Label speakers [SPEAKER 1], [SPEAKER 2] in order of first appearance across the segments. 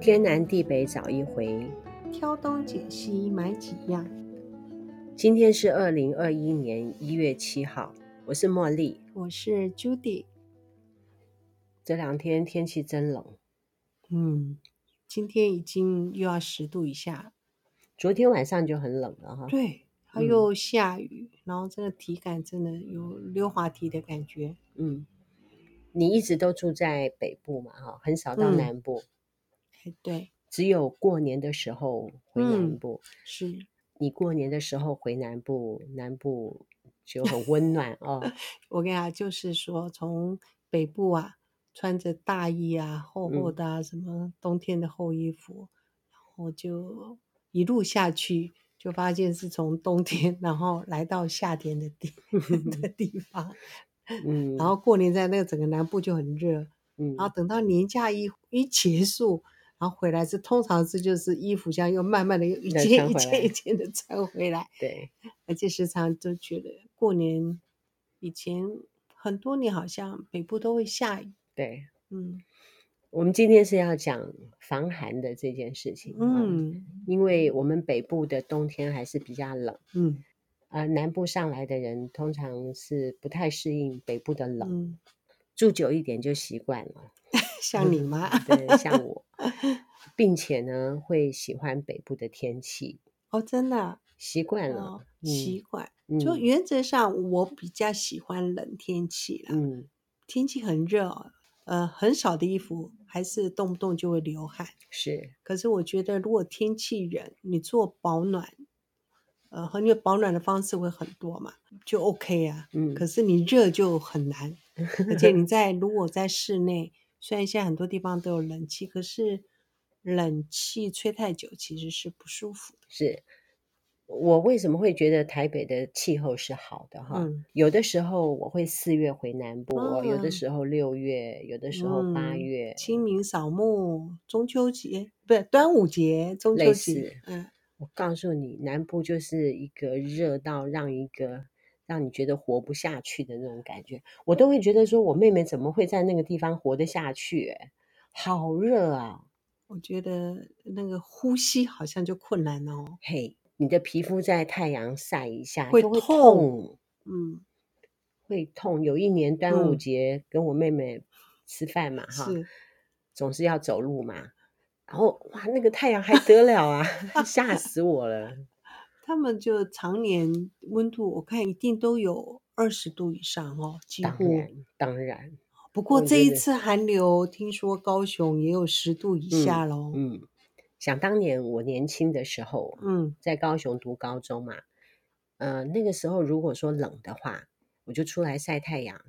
[SPEAKER 1] 天南地北找一回。
[SPEAKER 2] 挑东拣西买几样。
[SPEAKER 1] 今天是二零二一年一月七号，我是茉莉。
[SPEAKER 2] 我是 Judy，
[SPEAKER 1] 这两天天气真冷，
[SPEAKER 2] 嗯，今天已经又要十度以下了，
[SPEAKER 1] 昨天晚上就很冷了哈。
[SPEAKER 2] 对，它
[SPEAKER 1] 嗯
[SPEAKER 2] 又下雨，然后这个体感真的有溜滑梯的感觉。
[SPEAKER 1] 嗯，你一直都住在北部嘛哈，很少到
[SPEAKER 2] 嗯
[SPEAKER 1] 南部，
[SPEAKER 2] 哎，对，
[SPEAKER 1] 只有过年的时候回南
[SPEAKER 2] 嗯
[SPEAKER 1] 部。
[SPEAKER 2] 是
[SPEAKER 1] 你过年的时候回南部，南部就很温暖哦。
[SPEAKER 2] 我跟你讲，就是说从北部啊，穿着大衣啊，厚厚的啊，什么冬天的厚衣服，然后就一路下去，就发现是从冬天，然后来到夏天的地 的地方，
[SPEAKER 1] 嗯，
[SPEAKER 2] 然后过年在那个整个南部就很热，
[SPEAKER 1] 嗯，
[SPEAKER 2] 然后等到年假一 一结束。然后回来是通常是就是衣服这样又慢慢的又一
[SPEAKER 1] 再
[SPEAKER 2] 件
[SPEAKER 1] 穿回
[SPEAKER 2] 一
[SPEAKER 1] 来
[SPEAKER 2] 件一件的穿回来，
[SPEAKER 1] 对，
[SPEAKER 2] 而且时常都觉得过年以前很多年好像北部都会下雨，
[SPEAKER 1] 对，
[SPEAKER 2] 嗯
[SPEAKER 1] 我们今天是要讲防寒的这件事情。嗯，
[SPEAKER 2] 嗯
[SPEAKER 1] 因为我们北部的冬天还是比较冷，
[SPEAKER 2] 嗯
[SPEAKER 1] 呃，南部上来的人通常是不太适应北部的冷，
[SPEAKER 2] 嗯，
[SPEAKER 1] 住久一点就习惯了。
[SPEAKER 2] 像
[SPEAKER 1] 嗯
[SPEAKER 2] 你妈
[SPEAKER 1] 对，像我，并且呢会喜欢北部的天气，
[SPEAKER 2] 哦，真的啊
[SPEAKER 1] 习惯了。
[SPEAKER 2] 哦，
[SPEAKER 1] 嗯
[SPEAKER 2] 习惯。
[SPEAKER 1] 嗯
[SPEAKER 2] 就原则上我比较喜欢冷天气啦，
[SPEAKER 1] 嗯，
[SPEAKER 2] 天气很热，呃，很少的衣服还是动不动就会流汗。
[SPEAKER 1] 是，
[SPEAKER 2] 可是我觉得，如果天气冷，你做保暖，呃，和你保暖的方式会很多嘛，就 OK 啊。
[SPEAKER 1] 嗯，
[SPEAKER 2] 可是你热就很难，而且你在如果在室内，虽然现在很多地方都有冷气，可是冷气吹太久其实是不舒服的。
[SPEAKER 1] 是我为什么会觉得台北的气候是好的哈？
[SPEAKER 2] 嗯
[SPEAKER 1] 有的时候我会四月回南部，有的
[SPEAKER 2] 嗯
[SPEAKER 1] 时候六月，有的时候八
[SPEAKER 2] 嗯
[SPEAKER 1] 月，
[SPEAKER 2] 清明扫墓、中秋节不是端午节、中
[SPEAKER 1] 类
[SPEAKER 2] 秋
[SPEAKER 1] 似
[SPEAKER 2] 节，嗯，
[SPEAKER 1] 我告诉你，南部就是一个热到让一个让你觉得活不下去的那种感觉。我都会觉得说，我妹妹怎么会在那个地方活得下去、欸？好热啊！
[SPEAKER 2] 我觉得那个呼吸好像就困难了哦。
[SPEAKER 1] 嘿，你的皮肤在太阳晒一下
[SPEAKER 2] 会
[SPEAKER 1] 就会
[SPEAKER 2] 痛
[SPEAKER 1] 痛
[SPEAKER 2] 嗯，
[SPEAKER 1] 会痛。有一年端午
[SPEAKER 2] 嗯
[SPEAKER 1] 节跟我妹妹吃饭嘛，哈，
[SPEAKER 2] 是。
[SPEAKER 1] 总是要走路嘛。然后哇，那个太阳还得了啊， 吓死我了！
[SPEAKER 2] 他们就常年温度，我看一定都有二十度以上哦，几
[SPEAKER 1] 当
[SPEAKER 2] 乎
[SPEAKER 1] 然。，当然，
[SPEAKER 2] 不过
[SPEAKER 1] 我
[SPEAKER 2] 这
[SPEAKER 1] 觉
[SPEAKER 2] 一
[SPEAKER 1] 得
[SPEAKER 2] 次寒流，听说高雄也有十度以下喽。
[SPEAKER 1] 嗯，想当年我年轻的时候，
[SPEAKER 2] 嗯
[SPEAKER 1] 在高雄读高中嘛，呃，那个时候如果说冷的话，我就出来晒太阳。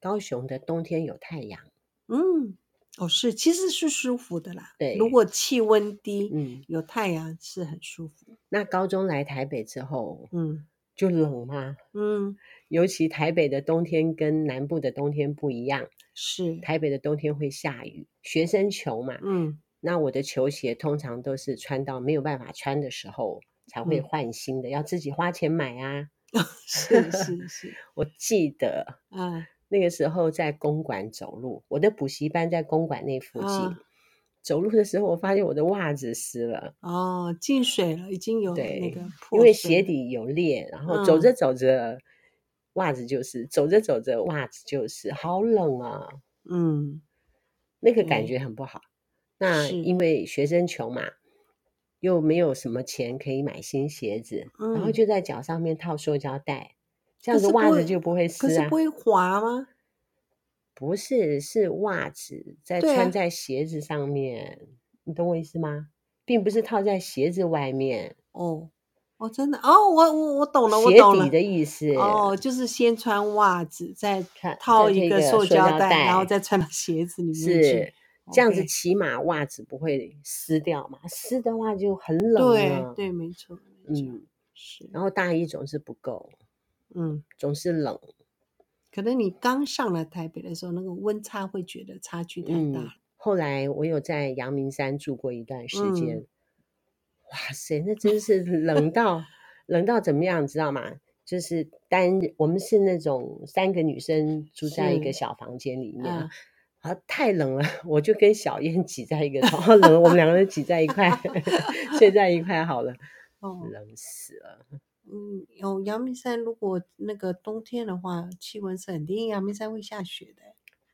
[SPEAKER 1] 高雄的冬天有太阳，
[SPEAKER 2] 嗯，哦是，其实是舒服的啦。
[SPEAKER 1] 对
[SPEAKER 2] 如果气温低，
[SPEAKER 1] 嗯，
[SPEAKER 2] 有太阳是很舒服。
[SPEAKER 1] 那高中来台北之后
[SPEAKER 2] 嗯
[SPEAKER 1] 就冷嘛，
[SPEAKER 2] 嗯，
[SPEAKER 1] 尤其台北的冬天跟南部的冬天不一样，
[SPEAKER 2] 是，
[SPEAKER 1] 台北的冬天会下雨，学生球嘛，
[SPEAKER 2] 嗯
[SPEAKER 1] 那我的球鞋通常都是穿到没有办法穿的时候才会
[SPEAKER 2] 嗯
[SPEAKER 1] 换新的，要自己花钱买啊。
[SPEAKER 2] 是是是，
[SPEAKER 1] 我记得
[SPEAKER 2] 啊
[SPEAKER 1] 那个时候在公馆走路，我的补习班在公馆那附近。
[SPEAKER 2] 啊
[SPEAKER 1] 走路的时候，我发现我的袜子湿了，
[SPEAKER 2] 哦，进水了，已经有那
[SPEAKER 1] 对
[SPEAKER 2] 个破
[SPEAKER 1] 因为
[SPEAKER 2] 水
[SPEAKER 1] 鞋
[SPEAKER 2] 了
[SPEAKER 1] 底有裂，然后走
[SPEAKER 2] 嗯
[SPEAKER 1] 着走着，袜子就是走着走着袜子就是，好冷啊，
[SPEAKER 2] 嗯
[SPEAKER 1] 那个感
[SPEAKER 2] 对
[SPEAKER 1] 觉很不好。那
[SPEAKER 2] 是
[SPEAKER 1] 因为学生穷嘛，又没有什么钱可以买新鞋子，然后
[SPEAKER 2] 嗯
[SPEAKER 1] 就在脚上面套塑胶带，这
[SPEAKER 2] 可
[SPEAKER 1] 样子
[SPEAKER 2] 是不
[SPEAKER 1] 袜子
[SPEAKER 2] 会
[SPEAKER 1] 就不会湿
[SPEAKER 2] 可是
[SPEAKER 1] 啊
[SPEAKER 2] 不。会滑吗？
[SPEAKER 1] 不是，是袜子在
[SPEAKER 2] 对啊
[SPEAKER 1] 穿在鞋子上面，你懂我意思吗？并不是套在鞋子外面，
[SPEAKER 2] 哦，哦，真的哦，我我我懂了，我
[SPEAKER 1] 鞋
[SPEAKER 2] 懂了
[SPEAKER 1] 底的意思。
[SPEAKER 2] 哦，就是先穿袜子，再
[SPEAKER 1] 穿
[SPEAKER 2] 套
[SPEAKER 1] 再推
[SPEAKER 2] 一
[SPEAKER 1] 一
[SPEAKER 2] 个
[SPEAKER 1] 个
[SPEAKER 2] 塑
[SPEAKER 1] 塑
[SPEAKER 2] 胶
[SPEAKER 1] 胶
[SPEAKER 2] 袋，然后
[SPEAKER 1] 袋
[SPEAKER 2] 再穿到鞋子里面去。
[SPEAKER 1] 是这样子，
[SPEAKER 2] OK
[SPEAKER 1] 起码袜子不会湿掉嘛。湿的话就很冷
[SPEAKER 2] 对
[SPEAKER 1] 了。
[SPEAKER 2] 对，没错，没错，
[SPEAKER 1] 嗯，
[SPEAKER 2] 是，
[SPEAKER 1] 然后大衣总是不够，
[SPEAKER 2] 嗯，
[SPEAKER 1] 总是冷。
[SPEAKER 2] 可能你刚上来台北的时候，那个温差会觉得差距太大
[SPEAKER 1] 嗯
[SPEAKER 2] 了。，
[SPEAKER 1] 后来我有在阳明山住过一段时间，
[SPEAKER 2] 嗯
[SPEAKER 1] 哇塞，那真是冷到冷到怎么样，知道吗？就是单我们是那种三个女生住在一个
[SPEAKER 2] 是
[SPEAKER 1] 小房间里面啊，
[SPEAKER 2] 啊，
[SPEAKER 1] 啊，太冷了，我就跟小燕挤在一个 床，好冷，我们两个人挤在一块， 睡在一块好了，
[SPEAKER 2] 哦，
[SPEAKER 1] 冷死了。
[SPEAKER 2] 嗯，有阳明山，如果那个冬天的话，气温是很低，因为阳明山会下雪的。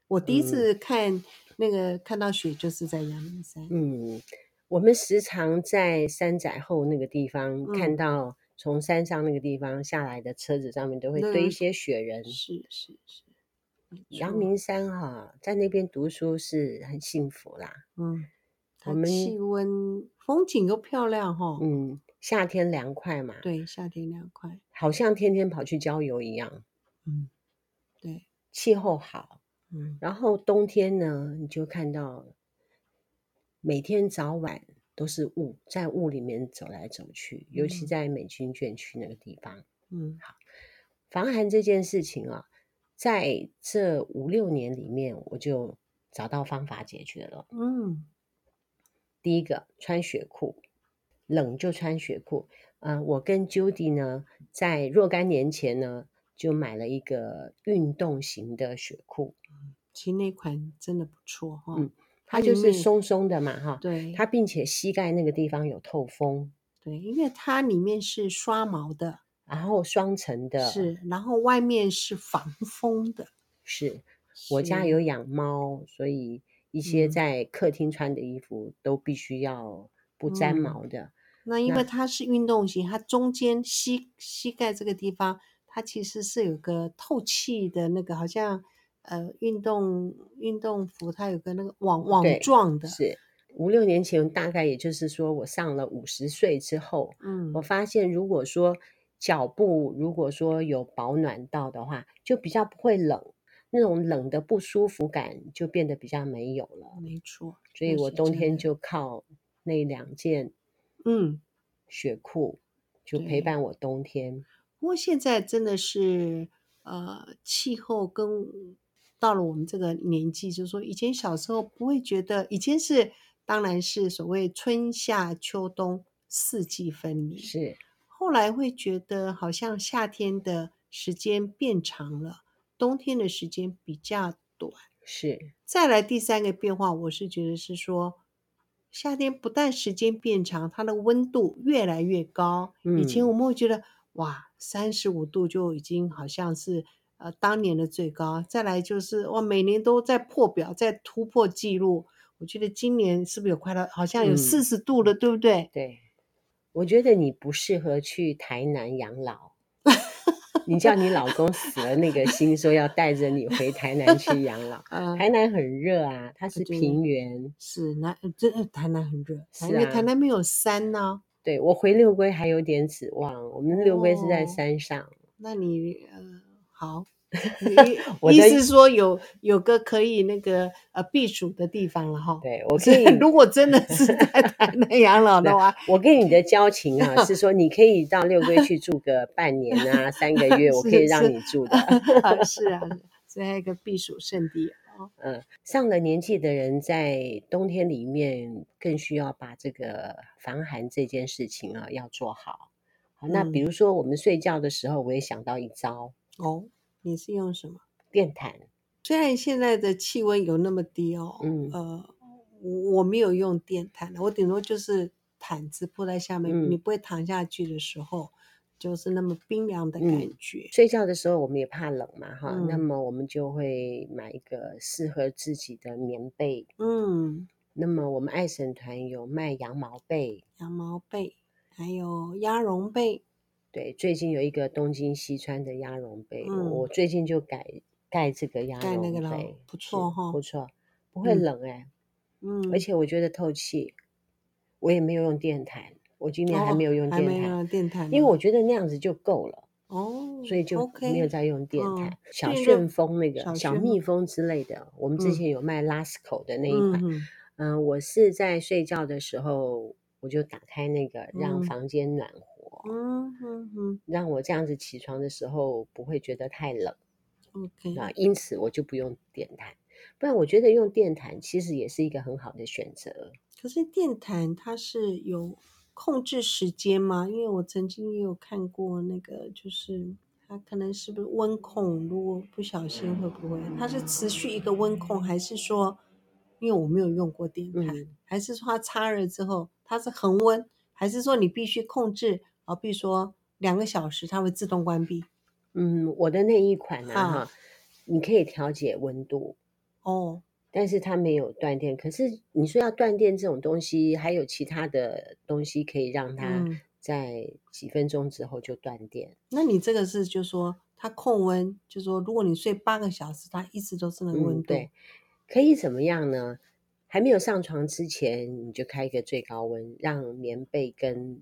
[SPEAKER 2] 我第一
[SPEAKER 1] 嗯
[SPEAKER 2] 次看那个看到雪就是在阳明山，
[SPEAKER 1] 嗯，我们时常在山仔后那个地方、
[SPEAKER 2] 嗯
[SPEAKER 1] 看到从山上那个地方下来的车子上面都会
[SPEAKER 2] 那
[SPEAKER 1] 堆一些雪人。
[SPEAKER 2] 嗯是是是，没
[SPEAKER 1] 阳
[SPEAKER 2] 错，
[SPEAKER 1] 明山哈、在那边读书是很幸福啦。
[SPEAKER 2] 嗯，它
[SPEAKER 1] 我们
[SPEAKER 2] 气温风景又漂亮哈，
[SPEAKER 1] 嗯，夏天凉快嘛，
[SPEAKER 2] 对，夏天凉快，
[SPEAKER 1] 好像天天跑去郊游一样，
[SPEAKER 2] 嗯，对，
[SPEAKER 1] 气候好。
[SPEAKER 2] 嗯
[SPEAKER 1] 然后冬天呢，你就看到每天早晚都是雾，在雾里面走来走去，尤其
[SPEAKER 2] 嗯
[SPEAKER 1] 在美军眷区那个地方。
[SPEAKER 2] 嗯
[SPEAKER 1] 防寒这件事情啊，在这五六年里面，我就找到方法解决了。
[SPEAKER 2] 嗯
[SPEAKER 1] 第一个穿雪裤，冷就穿雪裤。呃，我跟 Judy 呢，在若干年前呢，就买了一个运动型的雪裤，
[SPEAKER 2] 其实那款真的不错哈，
[SPEAKER 1] 嗯
[SPEAKER 2] 它
[SPEAKER 1] 它就
[SPEAKER 2] 里
[SPEAKER 1] 是
[SPEAKER 2] 面
[SPEAKER 1] 松松的嘛，哈，
[SPEAKER 2] 对，
[SPEAKER 1] 它并且膝盖那个地方有透风，
[SPEAKER 2] 对，因为它里面是刷毛的，
[SPEAKER 1] 然后双层的，
[SPEAKER 2] 是，然后外面是防 风的。
[SPEAKER 1] 是。我家
[SPEAKER 2] 是
[SPEAKER 1] 有养猫，所以一些
[SPEAKER 2] 嗯
[SPEAKER 1] 在客厅穿的衣服都必须要不沾
[SPEAKER 2] 嗯
[SPEAKER 1] 毛的。
[SPEAKER 2] 那因
[SPEAKER 1] 那
[SPEAKER 2] 为它是运动型，它中间膝膝盖这个地方，它其实是有个透气的那个，好像呃运动运动服它有个那个网
[SPEAKER 1] 对
[SPEAKER 2] 网状的，
[SPEAKER 1] 是五六年前，大概也就是说，我上了五十岁之后，
[SPEAKER 2] 嗯
[SPEAKER 1] 我发现如果说脚部如果说有保暖到的话，就比较不会冷，那种冷的不舒服感就变得比较没有了。
[SPEAKER 2] 没错，
[SPEAKER 1] 所以
[SPEAKER 2] 那
[SPEAKER 1] 我
[SPEAKER 2] 哦是
[SPEAKER 1] 冬
[SPEAKER 2] 真
[SPEAKER 1] 天
[SPEAKER 2] 的
[SPEAKER 1] 就靠那两件
[SPEAKER 2] 嗯。
[SPEAKER 1] 雪裤就陪
[SPEAKER 2] 对
[SPEAKER 1] 伴我冬天。
[SPEAKER 2] 不过现在真的是呃气候跟到了我们这个年纪，就是说以前小时候不会觉得，以前是当然是所谓春夏秋冬四季分离，
[SPEAKER 1] 是，
[SPEAKER 2] 后来会觉得好像夏天的时间变长了，冬天的时间比较短。
[SPEAKER 1] 是，
[SPEAKER 2] 再来第三个变化，我是觉得是说，夏天不但时间变长，它的温度越来越高。以前
[SPEAKER 1] 嗯
[SPEAKER 2] 我们会觉得，哇，三十五度就已经好像是呃当年的最高。再来就是哇，每年都在破表，在突破记录。我觉得今年是不是有快到好像有
[SPEAKER 1] 嗯
[SPEAKER 2] 四十度了，对不对？
[SPEAKER 1] 对。我觉得你不适合去台南养 老。你叫你老公死了那个心，说要带着你回台南去养老。
[SPEAKER 2] 呃，
[SPEAKER 1] 台南很热啊，它是
[SPEAKER 2] 哦对
[SPEAKER 1] 平原。
[SPEAKER 2] 是南，呃真的台南很热，
[SPEAKER 1] 是
[SPEAKER 2] 因为
[SPEAKER 1] 啊
[SPEAKER 2] 台南没有山呢、
[SPEAKER 1] 对我回六龟还有点指望，我们六龟是在
[SPEAKER 2] 哦
[SPEAKER 1] 山上，，
[SPEAKER 2] 那你呃好
[SPEAKER 1] 我
[SPEAKER 2] 你意
[SPEAKER 1] 的
[SPEAKER 2] 思是说有有个可以那个呃避暑的地方了哈。
[SPEAKER 1] 对 我
[SPEAKER 2] 是
[SPEAKER 1] 可以
[SPEAKER 2] 如果真的是在 台南养老的话，
[SPEAKER 1] 我跟你的交情啊，是说你可以到六龟去住个半年啊、三个月，我可以
[SPEAKER 2] 是
[SPEAKER 1] 让
[SPEAKER 2] 是
[SPEAKER 1] 你住的。
[SPEAKER 2] 啊 是啊，这样一个避暑胜地哦，
[SPEAKER 1] 嗯，上了年纪的人在冬天里面更需要把这个防寒这件事情啊要做好。好，那比
[SPEAKER 2] 嗯
[SPEAKER 1] 如说我们睡觉的时候，我也想到一招
[SPEAKER 2] 哦，你是用什么？
[SPEAKER 1] 电毯。
[SPEAKER 2] 虽然现在的气温有那么低哦，
[SPEAKER 1] 嗯
[SPEAKER 2] 呃，我我没有用电毯的，我顶多就是毯子铺在下面，
[SPEAKER 1] 嗯
[SPEAKER 2] 你不会躺下去的时候，就是那么冰凉的感
[SPEAKER 1] 嗯
[SPEAKER 2] 觉。
[SPEAKER 1] 睡觉的时候我们也怕冷嘛，哈，那
[SPEAKER 2] 嗯
[SPEAKER 1] 么我们就会买一个适合自己的棉被。
[SPEAKER 2] 嗯
[SPEAKER 1] 那么我们爱省团有卖羊毛被，
[SPEAKER 2] 羊毛被，还有鸭绒被，
[SPEAKER 1] 对，最近有一个东京西川的鸭绒被，我
[SPEAKER 2] 嗯
[SPEAKER 1] 我最近就改盖这个鸭
[SPEAKER 2] 盖那
[SPEAKER 1] 绒
[SPEAKER 2] 个了
[SPEAKER 1] 被，
[SPEAKER 2] 不
[SPEAKER 1] 是
[SPEAKER 2] 错哈
[SPEAKER 1] 不错，不会
[SPEAKER 2] 嗯
[SPEAKER 1] 冷哎、
[SPEAKER 2] 嗯，
[SPEAKER 1] 而且我觉得透气，我也没有用电毯，我今年还没有用
[SPEAKER 2] 哦、还
[SPEAKER 1] 电
[SPEAKER 2] 没
[SPEAKER 1] 毯，
[SPEAKER 2] 有电毯呢，
[SPEAKER 1] 因为我觉得那样子就够了，
[SPEAKER 2] 哦，
[SPEAKER 1] 所以就
[SPEAKER 2] OK
[SPEAKER 1] 没有再用电毯。
[SPEAKER 2] 嗯
[SPEAKER 1] 小
[SPEAKER 2] 对
[SPEAKER 1] 旋
[SPEAKER 2] 那
[SPEAKER 1] 风那个
[SPEAKER 2] 小
[SPEAKER 1] 小
[SPEAKER 2] 旋
[SPEAKER 1] 蜜
[SPEAKER 2] 风
[SPEAKER 1] 蜂之类的，我们之
[SPEAKER 2] 嗯
[SPEAKER 1] 前有卖 Lasco 的那一
[SPEAKER 2] 嗯
[SPEAKER 1] 款，
[SPEAKER 2] 哼
[SPEAKER 1] 嗯、我是在睡觉的时候我就打开那个，让
[SPEAKER 2] 嗯
[SPEAKER 1] 房间暖和。
[SPEAKER 2] 嗯哼哼
[SPEAKER 1] 让我这样子起床的时候不会觉得太冷
[SPEAKER 2] ，OK，
[SPEAKER 1] 啊，因此我就不用电毯。不然我觉得用电毯其实也是一个很好的选择。
[SPEAKER 2] 可是电毯它是有控制时间吗？因为我曾经也有看过那个，就是它可能是不是温控？如果不小心会不会？它是持续一个温控，还是说，因为我没有用过电毯，
[SPEAKER 1] 嗯
[SPEAKER 2] 还是说它插热之后它是恒温，还是说你必须控制？啊，比如说两个小时它会自动关闭。
[SPEAKER 1] 嗯，我的那一款呢、
[SPEAKER 2] 啊
[SPEAKER 1] 哈，你可以调节温度，
[SPEAKER 2] 哦，
[SPEAKER 1] 但是它没有断电。可是你说要断电这种东西，还有其他的东西可以让它
[SPEAKER 2] 嗯，
[SPEAKER 1] 在几分钟之后就断电。
[SPEAKER 2] 那你这个是就说它控温，就说如果你睡八个小时，它一直都是那个
[SPEAKER 1] 嗯，
[SPEAKER 2] 温度。
[SPEAKER 1] 对，可以怎么样呢？还没有上床之前，你就开一个最高温，让棉被跟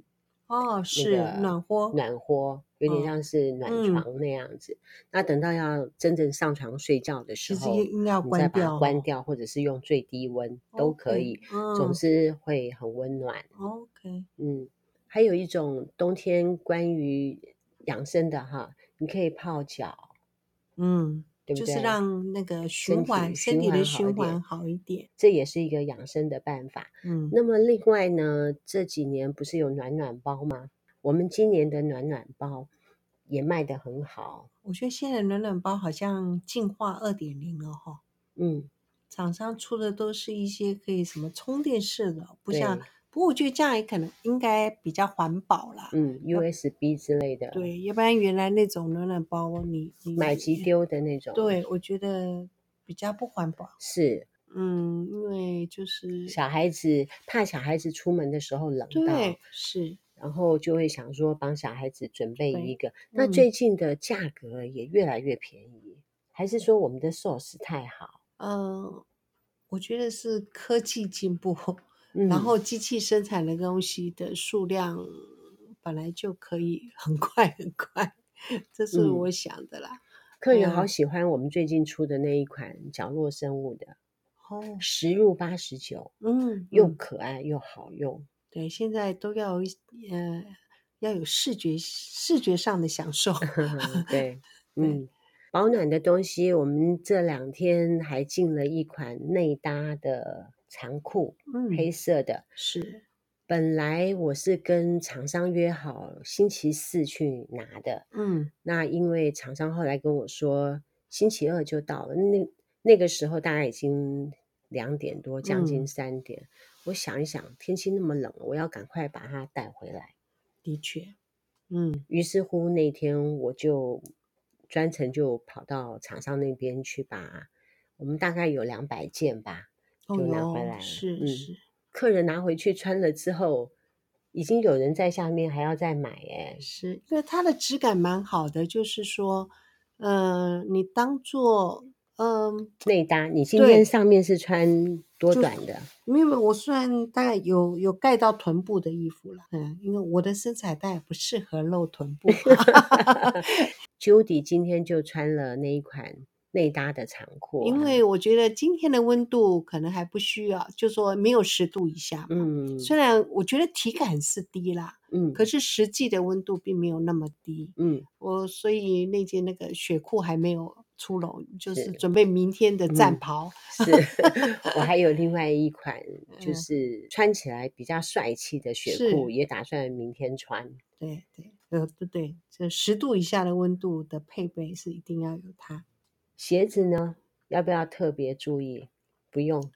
[SPEAKER 2] 哦，是
[SPEAKER 1] 个
[SPEAKER 2] 暖和。
[SPEAKER 1] 暖和，有点
[SPEAKER 2] 哦
[SPEAKER 1] 像是暖
[SPEAKER 2] 嗯
[SPEAKER 1] 床那样子。那等到要真正上床睡觉的时
[SPEAKER 2] 其实
[SPEAKER 1] 候，
[SPEAKER 2] 应该要
[SPEAKER 1] 你再把
[SPEAKER 2] 关掉
[SPEAKER 1] 它
[SPEAKER 2] 哦，
[SPEAKER 1] 关掉，或者是用最低温都可
[SPEAKER 2] OK，
[SPEAKER 1] 以，
[SPEAKER 2] 嗯
[SPEAKER 1] 总之会很温暖。
[SPEAKER 2] ，OK，
[SPEAKER 1] 嗯，还有一种冬天关于养生的哈，你可以泡脚，
[SPEAKER 2] 嗯，
[SPEAKER 1] 对不
[SPEAKER 2] 就
[SPEAKER 1] 对？
[SPEAKER 2] 是让那个循
[SPEAKER 1] 身体
[SPEAKER 2] 环身体
[SPEAKER 1] 环好
[SPEAKER 2] 的
[SPEAKER 1] 一
[SPEAKER 2] 循环
[SPEAKER 1] 点
[SPEAKER 2] 好一点。
[SPEAKER 1] 这也是一个养生的办法。
[SPEAKER 2] 嗯，
[SPEAKER 1] 那么另外呢，这几年不是有暖暖包吗？我们今年的暖暖包也卖得很好，
[SPEAKER 2] 我觉得现在暖暖包好像进化二点零了哈、
[SPEAKER 1] 嗯，
[SPEAKER 2] 厂商出的都是一些可以什么充电式的，不像
[SPEAKER 1] 对。
[SPEAKER 2] 不过我觉得这样也可能应该比较环保啦。
[SPEAKER 1] 嗯，USB 之类的，
[SPEAKER 2] 啊对，要不然原来那种暖暖包你你
[SPEAKER 1] 嗯买即丢的那种，，
[SPEAKER 2] 对，我觉得比较不环保。
[SPEAKER 1] 是
[SPEAKER 2] 嗯，因为就是
[SPEAKER 1] 小孩子怕小孩子出门的时候冷到
[SPEAKER 2] 对，是
[SPEAKER 1] 然后就会想说帮小孩子准备
[SPEAKER 2] 对
[SPEAKER 1] 一个。那
[SPEAKER 2] 嗯
[SPEAKER 1] 最近的价格也越来越便宜，还是说我们的 source 太好？
[SPEAKER 2] 嗯，我觉得是科技进步，
[SPEAKER 1] 嗯，
[SPEAKER 2] 然后机器生产的东西的数量本来就可以很快很快，这是
[SPEAKER 1] 嗯
[SPEAKER 2] 我想的啦。
[SPEAKER 1] 客人好
[SPEAKER 2] 嗯
[SPEAKER 1] 喜欢我们最近出的那一款角落生物的，
[SPEAKER 2] 哦，
[SPEAKER 1] 十入八十九，
[SPEAKER 2] 嗯，
[SPEAKER 1] 又
[SPEAKER 2] 嗯
[SPEAKER 1] 可爱又好用。
[SPEAKER 2] 对，现在都要一呃要有视觉视觉上的 享受。
[SPEAKER 1] 对，
[SPEAKER 2] 对
[SPEAKER 1] 嗯，保暖的东西，我们这两天还进了一款内搭的长裤，黑
[SPEAKER 2] 嗯，
[SPEAKER 1] 色的。
[SPEAKER 2] 是
[SPEAKER 1] 本来我是跟厂商约好星期四去拿的，
[SPEAKER 2] 嗯
[SPEAKER 1] 那因为厂商后来跟我说星期二就到了，那那个时候大概已经两点多，将近
[SPEAKER 2] 嗯
[SPEAKER 1] 三点。我想一想，天气那么冷，我要赶快把它带回来。
[SPEAKER 2] 的确，嗯
[SPEAKER 1] 于是乎那天我就专程就跑到厂商那边去把，我们大概有两百件吧，
[SPEAKER 2] 哦
[SPEAKER 1] 就拿回
[SPEAKER 2] 哟
[SPEAKER 1] 来了
[SPEAKER 2] 是
[SPEAKER 1] 嗯
[SPEAKER 2] 是
[SPEAKER 1] 客人拿回去穿了之后，已经有人在下面还要再买哎、
[SPEAKER 2] 是，因为它的质感蛮好的，就是说，嗯、你当做嗯、
[SPEAKER 1] 内搭，你今
[SPEAKER 2] 对
[SPEAKER 1] 天上面是穿多
[SPEAKER 2] 就
[SPEAKER 1] 短的？
[SPEAKER 2] 没有，我虽然大概有有盖到臀部的衣服了，嗯，因为我的身材带不适合露臀 部，啊
[SPEAKER 1] Judy 今天就穿了那一款内搭的长裤、啊，
[SPEAKER 2] 因为我觉得今天的温度可能还不需要，就说没有十度以下嘛。
[SPEAKER 1] 嗯
[SPEAKER 2] 虽然我觉得体感是低啦，
[SPEAKER 1] 嗯
[SPEAKER 2] 可是实际的温度并没有那么低。
[SPEAKER 1] 嗯
[SPEAKER 2] 我所以那件那个雪裤还没有出笼，就是
[SPEAKER 1] 是
[SPEAKER 2] 准备明天的战
[SPEAKER 1] 嗯
[SPEAKER 2] 袍。
[SPEAKER 1] 是我还有另外一款，就
[SPEAKER 2] 嗯
[SPEAKER 1] 是穿起来比较帅气的雪裤，
[SPEAKER 2] 是
[SPEAKER 1] 也打算明天穿。
[SPEAKER 2] 对对，呃，不对，这十度以下的温度的配备是一定要有它。
[SPEAKER 1] 鞋子呢，要不要特别注意？不用，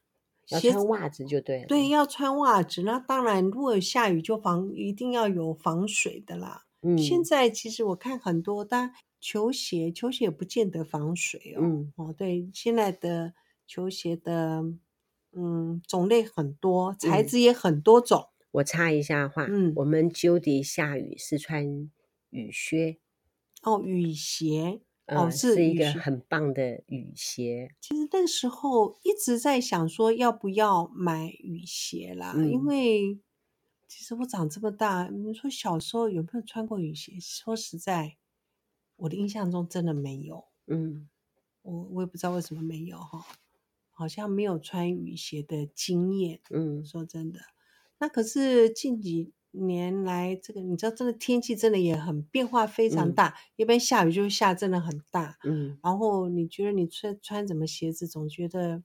[SPEAKER 1] 要
[SPEAKER 2] 鞋子
[SPEAKER 1] 穿袜子就对了。
[SPEAKER 2] 对，，要穿袜子。那当然，如果有下雨就防，一定要有防水的啦。
[SPEAKER 1] 嗯，
[SPEAKER 2] 现在其实我看很多，但球鞋球鞋不见得防水哦。
[SPEAKER 1] 嗯
[SPEAKER 2] 哦，对，现在的球鞋的嗯种类很多，材
[SPEAKER 1] 嗯
[SPEAKER 2] 质也很多种。
[SPEAKER 1] 我插一下话，
[SPEAKER 2] 嗯，
[SPEAKER 1] 我们 Judy 下雨是穿雨靴，
[SPEAKER 2] 哦，雨鞋哦
[SPEAKER 1] 呃，
[SPEAKER 2] 是
[SPEAKER 1] 一
[SPEAKER 2] 雨
[SPEAKER 1] 个
[SPEAKER 2] 鞋
[SPEAKER 1] 很棒的雨鞋。
[SPEAKER 2] 其实那时候一直在想说要不要买雨鞋啦，因
[SPEAKER 1] 嗯
[SPEAKER 2] 为其实我长这么大，你说小时候有没有穿过雨鞋？说实在，我的印象中真的没有，
[SPEAKER 1] 嗯，
[SPEAKER 2] 我我也不知道为什么没有哈，好像没有穿雨鞋的经验。
[SPEAKER 1] 嗯，
[SPEAKER 2] 说真的，那可是近几年来，这个你知道，这个天气真的也很变化非常
[SPEAKER 1] 嗯
[SPEAKER 2] 大，一般下雨就下真的很大，
[SPEAKER 1] 嗯，
[SPEAKER 2] 然后你觉得你穿穿什么鞋子，总觉得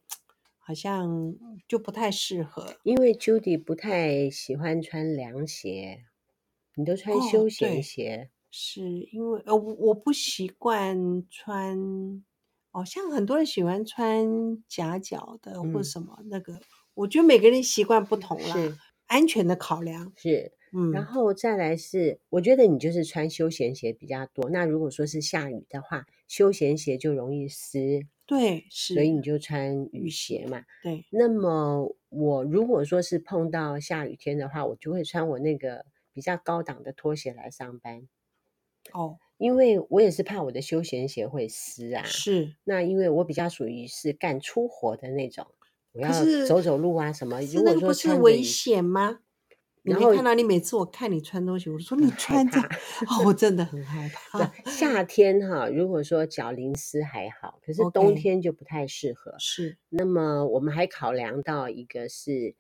[SPEAKER 2] 好像就不太适合。
[SPEAKER 1] 因为 Judy 不太喜欢穿凉鞋，你都穿
[SPEAKER 2] 哦
[SPEAKER 1] 休闲
[SPEAKER 2] 对
[SPEAKER 1] 鞋。
[SPEAKER 2] 是因为呃，我我不习惯穿，好、像很多人喜欢穿夹脚的或
[SPEAKER 1] 嗯
[SPEAKER 2] 什么、那个，我觉得每个人习惯不同啦，
[SPEAKER 1] 是
[SPEAKER 2] 安全的考量，
[SPEAKER 1] 是，
[SPEAKER 2] 嗯，
[SPEAKER 1] 然后再来是，我觉得你就是穿休闲鞋比较多。那如果说是下雨的话，休闲鞋就容易湿，
[SPEAKER 2] 对，
[SPEAKER 1] 所以
[SPEAKER 2] 是，
[SPEAKER 1] 你就穿雨
[SPEAKER 2] 雨
[SPEAKER 1] 鞋嘛。
[SPEAKER 2] 对，
[SPEAKER 1] 那么我如果说是碰到下雨天的话，我就会穿我那个比较高档的拖鞋来上班，
[SPEAKER 2] 哦，
[SPEAKER 1] 因为我也是怕我的休闲鞋会湿啊。
[SPEAKER 2] 是，
[SPEAKER 1] 那因为我比较属于是干粗活的那种，我
[SPEAKER 2] 可
[SPEAKER 1] 要
[SPEAKER 2] 是
[SPEAKER 1] 走走路啊什么。
[SPEAKER 2] 可是
[SPEAKER 1] 如
[SPEAKER 2] 那
[SPEAKER 1] 果
[SPEAKER 2] 个
[SPEAKER 1] 说
[SPEAKER 2] 不是
[SPEAKER 1] 穿着
[SPEAKER 2] 危
[SPEAKER 1] 雨
[SPEAKER 2] 险吗？你
[SPEAKER 1] 然
[SPEAKER 2] 没
[SPEAKER 1] 后
[SPEAKER 2] 看到你每次我看你穿东西，我说你
[SPEAKER 1] 害
[SPEAKER 2] 穿这，
[SPEAKER 1] 怕，
[SPEAKER 2] 哦，我真的很害
[SPEAKER 1] 那
[SPEAKER 2] 怕。
[SPEAKER 1] 夏天哈、如果说脚淋湿还好，可是冬
[SPEAKER 2] OK
[SPEAKER 1] 天就不太适合。
[SPEAKER 2] 是，
[SPEAKER 1] 那么我们还考量到一个是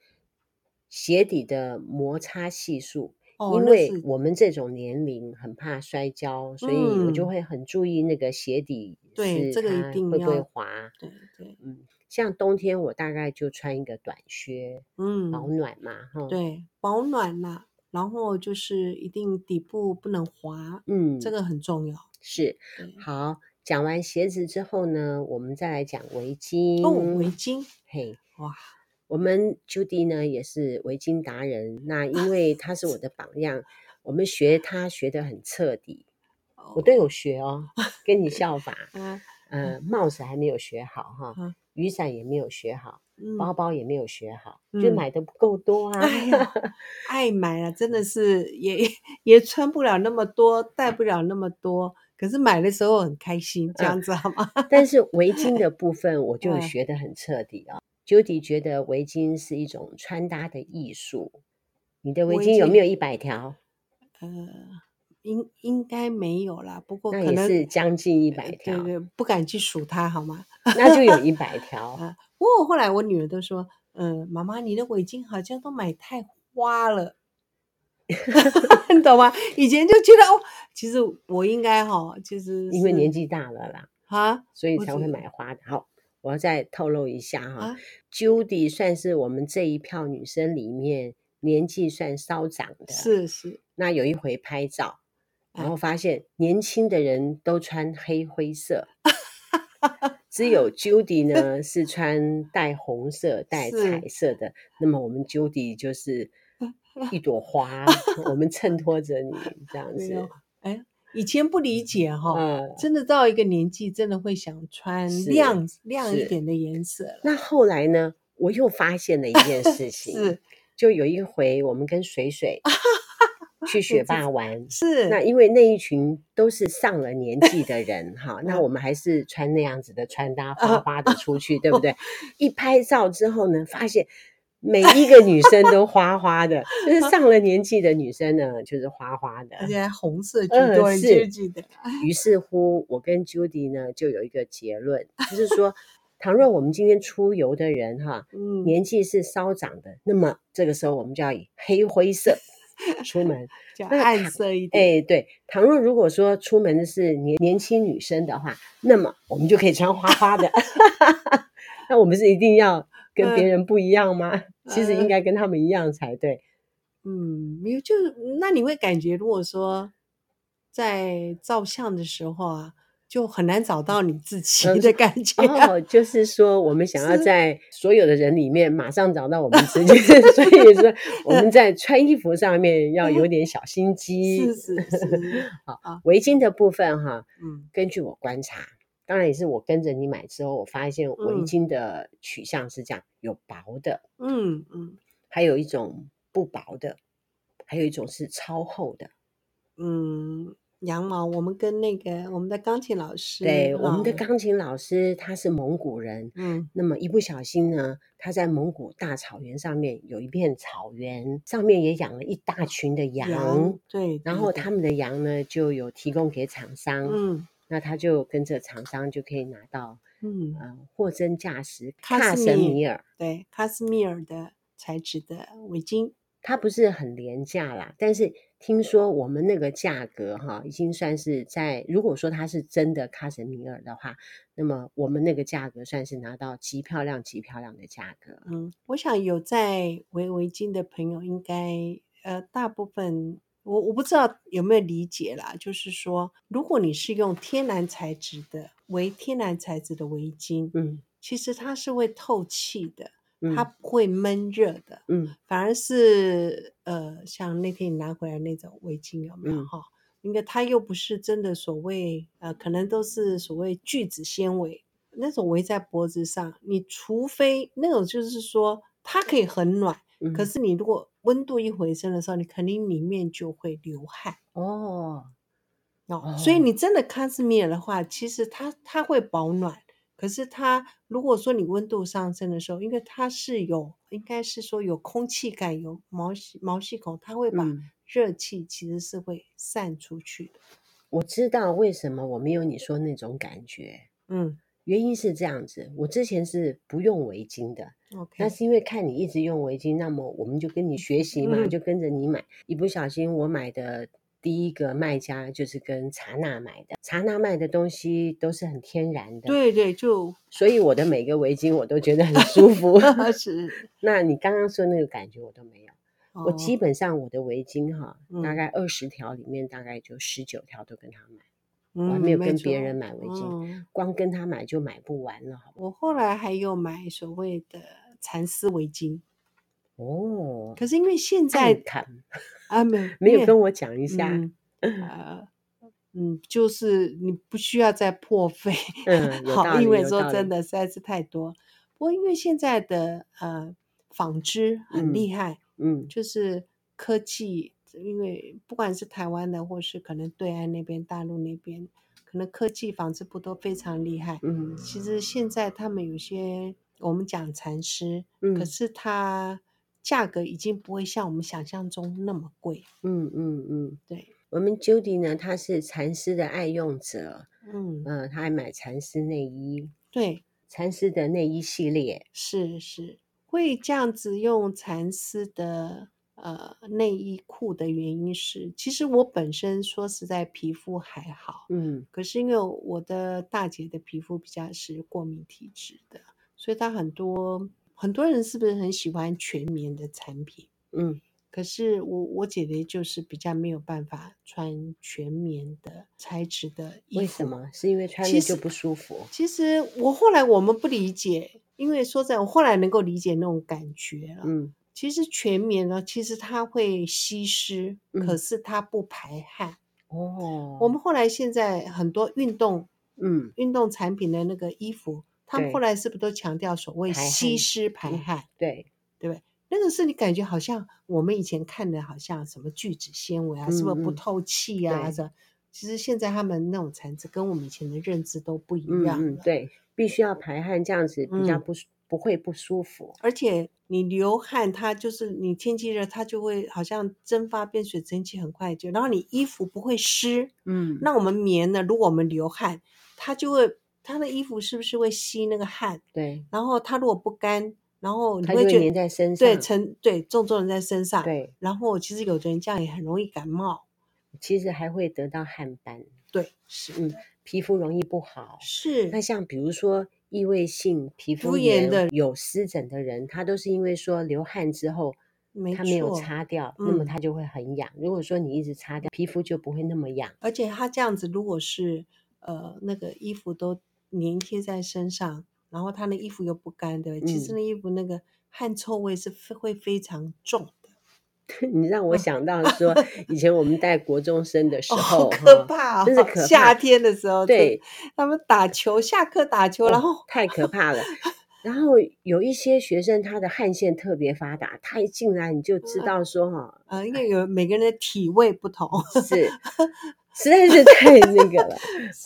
[SPEAKER 1] 鞋底的摩擦系数，
[SPEAKER 2] 哦，
[SPEAKER 1] 因
[SPEAKER 2] 那
[SPEAKER 1] 为
[SPEAKER 2] 是，
[SPEAKER 1] 我们这种年龄很怕摔跤，所以我就
[SPEAKER 2] 嗯
[SPEAKER 1] 会很注意那个鞋底
[SPEAKER 2] 对，
[SPEAKER 1] 是
[SPEAKER 2] 这个一
[SPEAKER 1] 它
[SPEAKER 2] 定
[SPEAKER 1] 会不会
[SPEAKER 2] 要，
[SPEAKER 1] 滑。
[SPEAKER 2] 对对，
[SPEAKER 1] 嗯，像冬天我大概就穿一个短靴，保
[SPEAKER 2] 嗯，
[SPEAKER 1] 暖嘛，哈、
[SPEAKER 2] 对，保暖啦、然后就是一定底部不能滑，
[SPEAKER 1] 嗯，
[SPEAKER 2] 这个很重要。
[SPEAKER 1] 是，
[SPEAKER 2] 对，
[SPEAKER 1] 好，讲完鞋子之后呢，我们再来讲围
[SPEAKER 2] 哦，围
[SPEAKER 1] 巾。
[SPEAKER 2] 巾，
[SPEAKER 1] 嘿，
[SPEAKER 2] 哇，
[SPEAKER 1] 我们 Judy 呢也是围巾达人，那因为她是我的榜样，我们学她学得很彻底，我都
[SPEAKER 2] 哦，
[SPEAKER 1] 有学哦，跟你效 法。
[SPEAKER 2] 啊，
[SPEAKER 1] 呃，帽子还没有学好哈
[SPEAKER 2] 嗯，
[SPEAKER 1] 雨伞也没有学好，包
[SPEAKER 2] 嗯，
[SPEAKER 1] 包也没有学好，就
[SPEAKER 2] 嗯
[SPEAKER 1] 买的不够多啊。
[SPEAKER 2] 哎呀，爱买了，真的
[SPEAKER 1] 嗯
[SPEAKER 2] 是也 也穿不了那么多，带不了那么多，可是买的时候很开心，这
[SPEAKER 1] 嗯
[SPEAKER 2] 样子好吗？
[SPEAKER 1] 但是围巾的部分，我就
[SPEAKER 2] 嗯
[SPEAKER 1] 学得很彻底啊。Judy 觉得围巾是一种穿搭的艺术。你的围
[SPEAKER 2] 围
[SPEAKER 1] 巾有没
[SPEAKER 2] 巾
[SPEAKER 1] 有一百条？
[SPEAKER 2] 呃，应应该没有啦，不过
[SPEAKER 1] 那
[SPEAKER 2] 可
[SPEAKER 1] 也
[SPEAKER 2] 能
[SPEAKER 1] 是将近一百
[SPEAKER 2] 呃
[SPEAKER 1] 条
[SPEAKER 2] 对，对，不敢去数它好吗？
[SPEAKER 1] 那就有一百条。
[SPEAKER 2] 啊，不过后来我女儿都说，嗯，妈妈，你的围巾好像都买太花了。你懂吗？以前就觉得哦，其实我应该哈、其实
[SPEAKER 1] 因为
[SPEAKER 2] 是
[SPEAKER 1] 年纪大了啦，
[SPEAKER 2] 啊
[SPEAKER 1] 所以
[SPEAKER 2] 我
[SPEAKER 1] 才会
[SPEAKER 2] 只
[SPEAKER 1] 买花的。好，我要再透露一下哈、
[SPEAKER 2] 啊
[SPEAKER 1] j u d y 算是我们这一票女生里面年纪算稍长的。。
[SPEAKER 2] 是是，
[SPEAKER 1] 那有一回拍照，然
[SPEAKER 2] 哎
[SPEAKER 1] 后发现年轻的人都穿黑灰 色，只有 Judy 呢是穿带红色、带
[SPEAKER 2] 是
[SPEAKER 1] 彩色的。那么我们 Judy 就是一朵 花，我们衬托着你这样
[SPEAKER 2] 没有哦
[SPEAKER 1] 子。，
[SPEAKER 2] 哎，以前不理解哈、
[SPEAKER 1] 嗯，
[SPEAKER 2] 真的到一个年纪，真的会想穿
[SPEAKER 1] 是
[SPEAKER 2] 亮亮一
[SPEAKER 1] 是
[SPEAKER 2] 点的颜色了。
[SPEAKER 1] 那后来呢，我又发现了一件事情
[SPEAKER 2] 是，
[SPEAKER 1] 就有一回我们跟水 水去雪霸玩。
[SPEAKER 2] 是，
[SPEAKER 1] 那因为那一群都是上了年纪的 人哈，那
[SPEAKER 2] 嗯
[SPEAKER 1] 我们还是穿那样子的穿搭，花
[SPEAKER 2] 啊
[SPEAKER 1] 花的出去，对不对？一拍照之后呢，发现每一个女生都花花的，就是上了年纪的女生呢，就是花花的。
[SPEAKER 2] 而且还红色居
[SPEAKER 1] 嗯
[SPEAKER 2] 多，你记
[SPEAKER 1] 是
[SPEAKER 2] 不记得？
[SPEAKER 1] 于是乎，我跟 Judy 呢就有一个结论，就是说， 倘若我们今天出游的人哈，
[SPEAKER 2] 嗯，
[SPEAKER 1] 年纪是稍长的，那么这个时候我们就要以黑灰色出门。
[SPEAKER 2] 就
[SPEAKER 1] 那
[SPEAKER 2] 暗
[SPEAKER 1] 他
[SPEAKER 2] 色一点。
[SPEAKER 1] 哎，对，倘若如果说出门的是年年轻女生的话，那么我们就可以穿 花花的。 那我们是一定要跟别
[SPEAKER 2] 嗯
[SPEAKER 1] 人不一样吗？其实应
[SPEAKER 2] 嗯
[SPEAKER 1] 该跟他们一样才 对。
[SPEAKER 2] 嗯，没有，就是那你会感觉，如果说在照相的时候啊，就很难找到你自己
[SPEAKER 1] 嗯
[SPEAKER 2] 的感觉、啊。
[SPEAKER 1] 哦，就是说我们想要
[SPEAKER 2] 是
[SPEAKER 1] 在所有的人里面马上找到我们自己， 所以说我们在穿衣服上面要有点小心机
[SPEAKER 2] 是。是 是，
[SPEAKER 1] 好
[SPEAKER 2] 啊，
[SPEAKER 1] 围巾的部分哈，
[SPEAKER 2] 嗯
[SPEAKER 1] 根据我观察，当然也是我跟着你买之后，我发现围
[SPEAKER 2] 嗯
[SPEAKER 1] 巾的取向是这样，有薄的，
[SPEAKER 2] 嗯嗯
[SPEAKER 1] 还有一种不薄的，还有一种是超厚的。
[SPEAKER 2] 嗯，羊毛，我们跟那个我们的钢琴老师，
[SPEAKER 1] 对，我们
[SPEAKER 2] 哈
[SPEAKER 1] 的钢琴老师他是蒙古人，
[SPEAKER 2] 嗯
[SPEAKER 1] 那么一不小心呢，他在蒙古大草原上面有一片草原，上面也养了一大群的羊
[SPEAKER 2] 羊，，对，
[SPEAKER 1] 然
[SPEAKER 2] 对
[SPEAKER 1] 后
[SPEAKER 2] 的
[SPEAKER 1] 他们的羊呢就有提供给厂商，
[SPEAKER 2] 嗯
[SPEAKER 1] 那他就跟着厂商就可以拿到
[SPEAKER 2] 嗯，
[SPEAKER 1] 呃货真价实
[SPEAKER 2] 卡
[SPEAKER 1] 喀
[SPEAKER 2] 斯
[SPEAKER 1] 什
[SPEAKER 2] 米
[SPEAKER 1] 米尔，
[SPEAKER 2] 对，卡斯米尔的材质的围巾，
[SPEAKER 1] 它不是很廉价啦，但是听说我们那个价格哈，已经算是在如果说它是真的喀什米尔的话，那么我们那个价格算是拿到极漂亮、极漂亮的价格。
[SPEAKER 2] 嗯，我想有在围围巾的朋友，应该呃，大部分我我不知道有没有理解啦，就是说，如果你是用天然材质的为天然材质的围巾，
[SPEAKER 1] 嗯
[SPEAKER 2] 其实它是会透气的，
[SPEAKER 1] 嗯
[SPEAKER 2] 它不会闷热的，
[SPEAKER 1] 嗯
[SPEAKER 2] 反而是呃，像那天你拿回来那种围巾有没有
[SPEAKER 1] 嗯
[SPEAKER 2] 哈？应该它又不是真的所谓呃，可能都是所谓聚酯纤维那种围在脖子上，你除非那种就是说它可以很暖，
[SPEAKER 1] 嗯，
[SPEAKER 2] 可是你如果温度一回升的时候，你肯定里面就会流汗。
[SPEAKER 1] 哦，
[SPEAKER 2] 哦，所以
[SPEAKER 1] 哦
[SPEAKER 2] 你真的卡斯米尔的话，其实它它会保暖，可是它如果说你温度上升的时候，因为它是有，应该是说有空气感，有毛细毛细孔，它会把
[SPEAKER 1] 嗯，
[SPEAKER 2] 热气其实是会散出去的。
[SPEAKER 1] 我知道为什么我没有你说那种感觉，
[SPEAKER 2] 嗯
[SPEAKER 1] 原因是这样子，我之前是不用围巾的，那
[SPEAKER 2] ，OK，
[SPEAKER 1] 是因为看你一直用围巾，那么我们就跟你学习嘛，
[SPEAKER 2] 嗯
[SPEAKER 1] 就跟着你买。一不小心，我买的第一个卖家就是跟查娜买的，查娜卖的东西都是很天然的，
[SPEAKER 2] 对对，就
[SPEAKER 1] 所以我的每个围巾我都觉得很舒服。
[SPEAKER 2] 是
[SPEAKER 1] 那你刚刚说那个感觉我都没有，我基
[SPEAKER 2] 哦，
[SPEAKER 1] 本上我的围巾哈，大
[SPEAKER 2] 嗯
[SPEAKER 1] 概二十条里面大概就十九条都跟他买，我还
[SPEAKER 2] 嗯，
[SPEAKER 1] 没有
[SPEAKER 2] 没
[SPEAKER 1] 跟别人
[SPEAKER 2] 错，
[SPEAKER 1] 买围巾，
[SPEAKER 2] 嗯，
[SPEAKER 1] 光跟他买就买不完了，好不好？
[SPEAKER 2] 我后来还有买所谓的蚕丝围巾，
[SPEAKER 1] 哦，
[SPEAKER 2] 可是因为现
[SPEAKER 1] 暗
[SPEAKER 2] 在
[SPEAKER 1] 砍
[SPEAKER 2] 啊，没
[SPEAKER 1] 没
[SPEAKER 2] 因
[SPEAKER 1] 有
[SPEAKER 2] 为
[SPEAKER 1] 跟我讲一下。
[SPEAKER 2] 嗯，呃，嗯，就是你不需要再破费，
[SPEAKER 1] 嗯，有
[SPEAKER 2] 好，
[SPEAKER 1] 道理，
[SPEAKER 2] 因为
[SPEAKER 1] 有
[SPEAKER 2] 说
[SPEAKER 1] 道
[SPEAKER 2] 真
[SPEAKER 1] 理。
[SPEAKER 2] 的实在是太多。不过因为现在的呃纺织很
[SPEAKER 1] 嗯
[SPEAKER 2] 厉害，
[SPEAKER 1] 嗯
[SPEAKER 2] 就是科技，因为不管是台湾的，或是可能对岸那边、大陆那边，可能科技纺织部都非常厉害。
[SPEAKER 1] 嗯
[SPEAKER 2] 其实现在他们有些我们讲蚕丝，可
[SPEAKER 1] 嗯
[SPEAKER 2] 是它价格已经不会像我们想象中那么贵，
[SPEAKER 1] 嗯嗯嗯，
[SPEAKER 2] 对，
[SPEAKER 1] 我们 Judy 呢，她是蚕丝的爱用者，
[SPEAKER 2] 嗯。
[SPEAKER 1] 嗯、她还买蚕丝内衣，
[SPEAKER 2] 对，
[SPEAKER 1] 蚕丝的内衣系列。
[SPEAKER 2] 是是，会这样子用蚕丝的呃内衣裤的原因是，其实我本身说实在皮肤还好，
[SPEAKER 1] 嗯
[SPEAKER 2] 可是因为我的大姐的皮肤比较是过敏体质的，所以她很多很多人是不是很喜欢全棉的产品？
[SPEAKER 1] 嗯
[SPEAKER 2] 可是我我姐姐就是比较没有办法穿全棉的材质的衣
[SPEAKER 1] 为什
[SPEAKER 2] 服，
[SPEAKER 1] 么？是因为穿
[SPEAKER 2] 其
[SPEAKER 1] 了就
[SPEAKER 2] 实，
[SPEAKER 1] 不舒服？
[SPEAKER 2] 其实我后来我们不理解，因为说在我后来能够理解那种感觉了。
[SPEAKER 1] 嗯
[SPEAKER 2] 其实全棉呢，其实它会吸湿，可
[SPEAKER 1] 嗯
[SPEAKER 2] 是它不排汗。我
[SPEAKER 1] 哦
[SPEAKER 2] 们后来现在很多运动
[SPEAKER 1] 嗯
[SPEAKER 2] 运动产品的那个衣服，他们后
[SPEAKER 1] 对
[SPEAKER 2] 来是不是都强调所谓
[SPEAKER 1] 排
[SPEAKER 2] 吸
[SPEAKER 1] 汗
[SPEAKER 2] 湿排
[SPEAKER 1] 嗯
[SPEAKER 2] 汗？
[SPEAKER 1] 对
[SPEAKER 2] 对不对？那个是你感觉好像我们以前看的，好像什么聚酯纤维啊，是不是
[SPEAKER 1] 嗯
[SPEAKER 2] 不
[SPEAKER 1] 嗯
[SPEAKER 2] 透气呀、
[SPEAKER 1] 对
[SPEAKER 2] 这其实现在他们那种材质跟我们以前的认知都不一
[SPEAKER 1] 嗯
[SPEAKER 2] 样
[SPEAKER 1] 嗯
[SPEAKER 2] 了。
[SPEAKER 1] 对，必须要排汗，这样子比较
[SPEAKER 2] 嗯，
[SPEAKER 1] 不舒不会不舒服。
[SPEAKER 2] 而且你流汗，它就是你天气热，它就会好像蒸发变水蒸气很快就，然后你衣服不会湿。
[SPEAKER 1] 嗯
[SPEAKER 2] 那我们棉呢？如果我们流汗，它就会它的衣服是不是会吸那个汗？
[SPEAKER 1] 对，
[SPEAKER 2] 然后它如果不干，然后你
[SPEAKER 1] 它就
[SPEAKER 2] 会
[SPEAKER 1] 会
[SPEAKER 2] 觉
[SPEAKER 1] 粘在身
[SPEAKER 2] 对
[SPEAKER 1] 上。
[SPEAKER 2] 沉对重重的在身上，
[SPEAKER 1] 对，
[SPEAKER 2] 然后其实有的人这样也很容易感冒。
[SPEAKER 1] 其实还会得到汗斑。
[SPEAKER 2] 对，是
[SPEAKER 1] 嗯，
[SPEAKER 2] 的，
[SPEAKER 1] 皮肤容易不好。那
[SPEAKER 2] 是
[SPEAKER 1] 像比如说异位性皮
[SPEAKER 2] 敷
[SPEAKER 1] 肤
[SPEAKER 2] 衍
[SPEAKER 1] 炎
[SPEAKER 2] 的，
[SPEAKER 1] 有湿疹的人，他都是因为说流汗之后
[SPEAKER 2] 没
[SPEAKER 1] 他没有
[SPEAKER 2] 错，
[SPEAKER 1] 擦掉，那么
[SPEAKER 2] 嗯。
[SPEAKER 1] 他就会很痒。如果说你一直擦掉，皮肤就不会那么痒。
[SPEAKER 2] 而且它这样子，如果是呃那个衣服都粘贴在身上，然后他的衣服又不干，对不对？其实
[SPEAKER 1] 嗯，
[SPEAKER 2] 那衣服那个汗臭味是非会非常重的。
[SPEAKER 1] 你让我
[SPEAKER 2] 嗯，
[SPEAKER 1] 想到说以前我们带国中生的
[SPEAKER 2] 哦，
[SPEAKER 1] 时
[SPEAKER 2] 好
[SPEAKER 1] 候，哈，
[SPEAKER 2] 可怕
[SPEAKER 1] 真是
[SPEAKER 2] 哦！
[SPEAKER 1] 可
[SPEAKER 2] 夏
[SPEAKER 1] 怕。
[SPEAKER 2] 天的时候，真的
[SPEAKER 1] 对，
[SPEAKER 2] 他们打球，下课打球，然
[SPEAKER 1] 哦，
[SPEAKER 2] 后
[SPEAKER 1] 太可怕了。然后有一些学生，他的汗腺特别发达，他一进来你就知
[SPEAKER 2] 嗯
[SPEAKER 1] 道说哈、
[SPEAKER 2] 呃，因为有每个人的体味不同，
[SPEAKER 1] 是实在是太那个 了。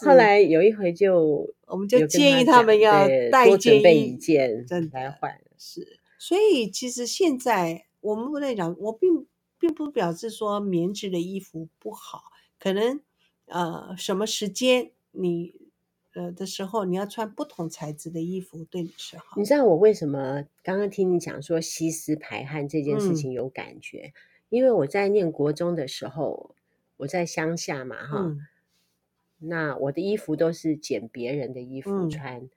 [SPEAKER 1] 后
[SPEAKER 2] 是，
[SPEAKER 1] 来有一回就
[SPEAKER 2] 我们就
[SPEAKER 1] 有跟
[SPEAKER 2] 建
[SPEAKER 1] 他
[SPEAKER 2] 议他
[SPEAKER 1] 讲，
[SPEAKER 2] 们要
[SPEAKER 1] 对，
[SPEAKER 2] 带一
[SPEAKER 1] 多准
[SPEAKER 2] 件
[SPEAKER 1] 备一
[SPEAKER 2] 衣，
[SPEAKER 1] 件
[SPEAKER 2] 真
[SPEAKER 1] 来
[SPEAKER 2] 的
[SPEAKER 1] 换。
[SPEAKER 2] 是。所以其实现在我们不在讲，我并并不表示说棉质的衣服不好，可能呃什么时间你呃的时候你要穿不同材质的衣服对你是好
[SPEAKER 1] 你知
[SPEAKER 2] 的。
[SPEAKER 1] 道我为什么刚刚听你讲说吸湿排汗这件事
[SPEAKER 2] 嗯
[SPEAKER 1] 情有感觉？因为我在念国中的时候，我在乡下嘛，哈，
[SPEAKER 2] 嗯
[SPEAKER 1] 那我的衣服都是捡别人的衣服
[SPEAKER 2] 嗯
[SPEAKER 1] 穿，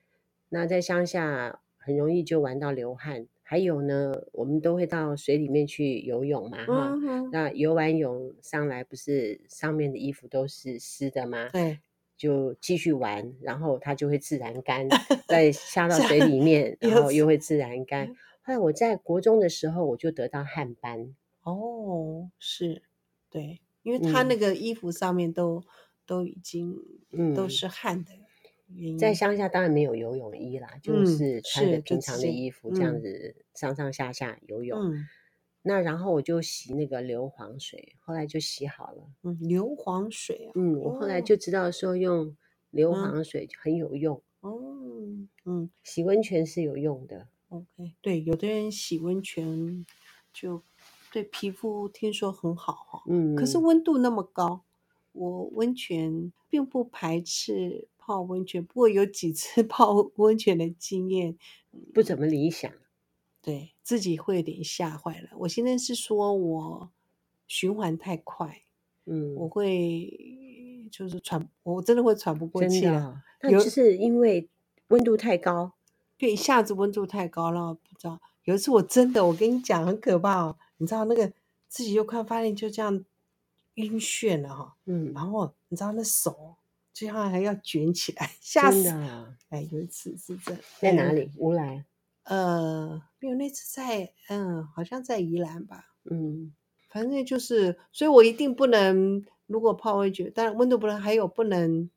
[SPEAKER 1] 那在乡下很容易就玩到流汗。还有呢，我们都会到水里面去游泳嘛，哈、
[SPEAKER 2] 嗯哼，
[SPEAKER 1] 那游完泳上来，不是上面的衣服都是湿的吗？
[SPEAKER 2] 对，
[SPEAKER 1] 就继续玩，然后它就会自然 干，再下到水里面，然后又会自然
[SPEAKER 2] 嗯
[SPEAKER 1] 干。后来我在国中的时候，我就得到汗斑，
[SPEAKER 2] 哦，是，对，因为他那个衣服上面都、都已经
[SPEAKER 1] 嗯，
[SPEAKER 2] 都是汗的原因，
[SPEAKER 1] 在乡下当然没有游泳衣啦，就
[SPEAKER 2] 嗯
[SPEAKER 1] 是穿着
[SPEAKER 2] 是就
[SPEAKER 1] 平常
[SPEAKER 2] 直
[SPEAKER 1] 的
[SPEAKER 2] 接
[SPEAKER 1] 衣服这样
[SPEAKER 2] 嗯
[SPEAKER 1] 子上上下下游泳。
[SPEAKER 2] 嗯
[SPEAKER 1] 那然后我就洗那个硫磺水，后来就洗好了。
[SPEAKER 2] 嗯硫磺水啊，
[SPEAKER 1] 嗯，我后来
[SPEAKER 2] 哦
[SPEAKER 1] 就知道说用硫
[SPEAKER 2] 嗯
[SPEAKER 1] 磺水很有用，
[SPEAKER 2] 哦，嗯
[SPEAKER 1] 洗温泉是有用的。
[SPEAKER 2] ，OK，对，有的人洗温泉就对皮肤听说很好哈、
[SPEAKER 1] 嗯，
[SPEAKER 2] 可是温度那么高，我温泉并不排斥泡温泉，不过有几次 泡温泉的经验，
[SPEAKER 1] 不怎么理想。
[SPEAKER 2] 对自己会有点吓坏了。我现在是说我循环太快，
[SPEAKER 1] 嗯，
[SPEAKER 2] 我会就是喘，我真的会喘不过
[SPEAKER 1] 真
[SPEAKER 2] 气
[SPEAKER 1] 的
[SPEAKER 2] 来，
[SPEAKER 1] 啊，那
[SPEAKER 2] 有
[SPEAKER 1] 就是因为温度太高。
[SPEAKER 2] 对，一下子温度太高了，不知道。有一次我真的，我跟你讲很可怕哦，你知道那个自己又快发现就这样晕眩了哈、
[SPEAKER 1] 嗯，
[SPEAKER 2] 然后你知道那手就像还要卷起来，吓
[SPEAKER 1] 真
[SPEAKER 2] 死
[SPEAKER 1] 的！啊，
[SPEAKER 2] 哎，有一次是这样，
[SPEAKER 1] 在
[SPEAKER 2] 嗯
[SPEAKER 1] 哪？里？乌来。
[SPEAKER 2] 呃，没有，那次在嗯，好像在宜兰吧，
[SPEAKER 1] 嗯
[SPEAKER 2] 反正就是，所以我一定不能，如果泡温泉，当然温度不能，还有不能，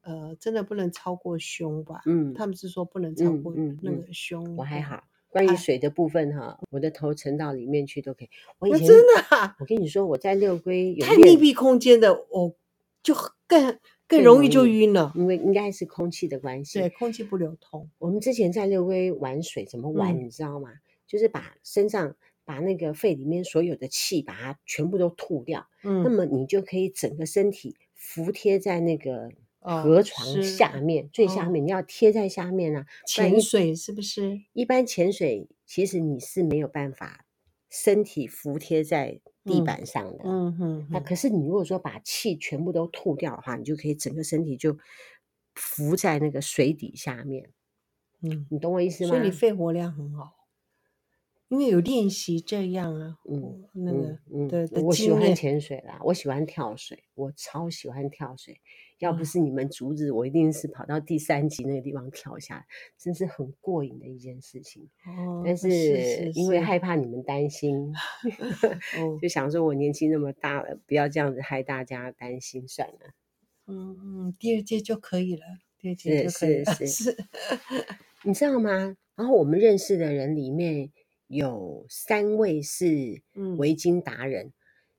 [SPEAKER 2] 呃，真的不能超过胸吧？
[SPEAKER 1] 嗯，
[SPEAKER 2] 他们是说不能超
[SPEAKER 1] 嗯
[SPEAKER 2] 过
[SPEAKER 1] 嗯
[SPEAKER 2] 那
[SPEAKER 1] 嗯
[SPEAKER 2] 个胸，
[SPEAKER 1] 我还。好。关于水的部分哈，我的头沉到里面去都可以。我以
[SPEAKER 2] 那
[SPEAKER 1] 前
[SPEAKER 2] 真的啊、
[SPEAKER 1] 我跟你说，我在六龟有
[SPEAKER 2] 太密
[SPEAKER 1] 练，
[SPEAKER 2] 闭空间的，我、就更更
[SPEAKER 1] 更
[SPEAKER 2] 容易
[SPEAKER 1] 容
[SPEAKER 2] 就
[SPEAKER 1] 易
[SPEAKER 2] 晕了。
[SPEAKER 1] 因为应该是空气的关系
[SPEAKER 2] 对，。空气不流通。
[SPEAKER 1] 我们之前在六龟玩水，怎么玩
[SPEAKER 2] 嗯
[SPEAKER 1] 你知道吗？就是把身上把那个肺里面所有的气，把它全部都吐掉，那
[SPEAKER 2] 嗯，
[SPEAKER 1] 么你就可以整个身体服贴在那个
[SPEAKER 2] 哦
[SPEAKER 1] 河床
[SPEAKER 2] 是
[SPEAKER 1] 下面，最下
[SPEAKER 2] 哦
[SPEAKER 1] 面你要贴在下面啊。
[SPEAKER 2] 潜水是不是？
[SPEAKER 1] 一般潜水其实你是没有办法身体服贴在地
[SPEAKER 2] 嗯
[SPEAKER 1] 板上的，
[SPEAKER 2] 嗯哼
[SPEAKER 1] 那
[SPEAKER 2] 哼，
[SPEAKER 1] 可是你如果说把气全部都吐掉的话，你就可以整个身体就浮在那个水底下面，
[SPEAKER 2] 嗯，
[SPEAKER 1] 你懂我意思吗？
[SPEAKER 2] 所以你肺活量很好，因为有练习这样啊，
[SPEAKER 1] 嗯
[SPEAKER 2] 那个
[SPEAKER 1] 嗯
[SPEAKER 2] 的
[SPEAKER 1] 嗯，
[SPEAKER 2] 的
[SPEAKER 1] 我喜
[SPEAKER 2] 经
[SPEAKER 1] 欢
[SPEAKER 2] 验。
[SPEAKER 1] 潜水啦，我喜欢跳水，我超喜欢跳水。要不
[SPEAKER 2] 哇
[SPEAKER 1] 是你们阻止我，一定是跑到第三级那个地方跳下来，真是很过瘾的一件事情。嗯
[SPEAKER 2] 哦，
[SPEAKER 1] 但
[SPEAKER 2] 是
[SPEAKER 1] 是
[SPEAKER 2] 是
[SPEAKER 1] 因为
[SPEAKER 2] 是
[SPEAKER 1] 害怕你们担心，
[SPEAKER 2] 哦，
[SPEAKER 1] 就想说我年纪那么大了，不要这样子害大家担心，算了。
[SPEAKER 2] 嗯嗯，第二届就可以了，第二
[SPEAKER 1] 是
[SPEAKER 2] 届就可
[SPEAKER 1] 是
[SPEAKER 2] 以了，
[SPEAKER 1] 是
[SPEAKER 2] 是，
[SPEAKER 1] 你知道吗？然后我们认识的人里面有三位是
[SPEAKER 2] 嗯
[SPEAKER 1] 围巾达人，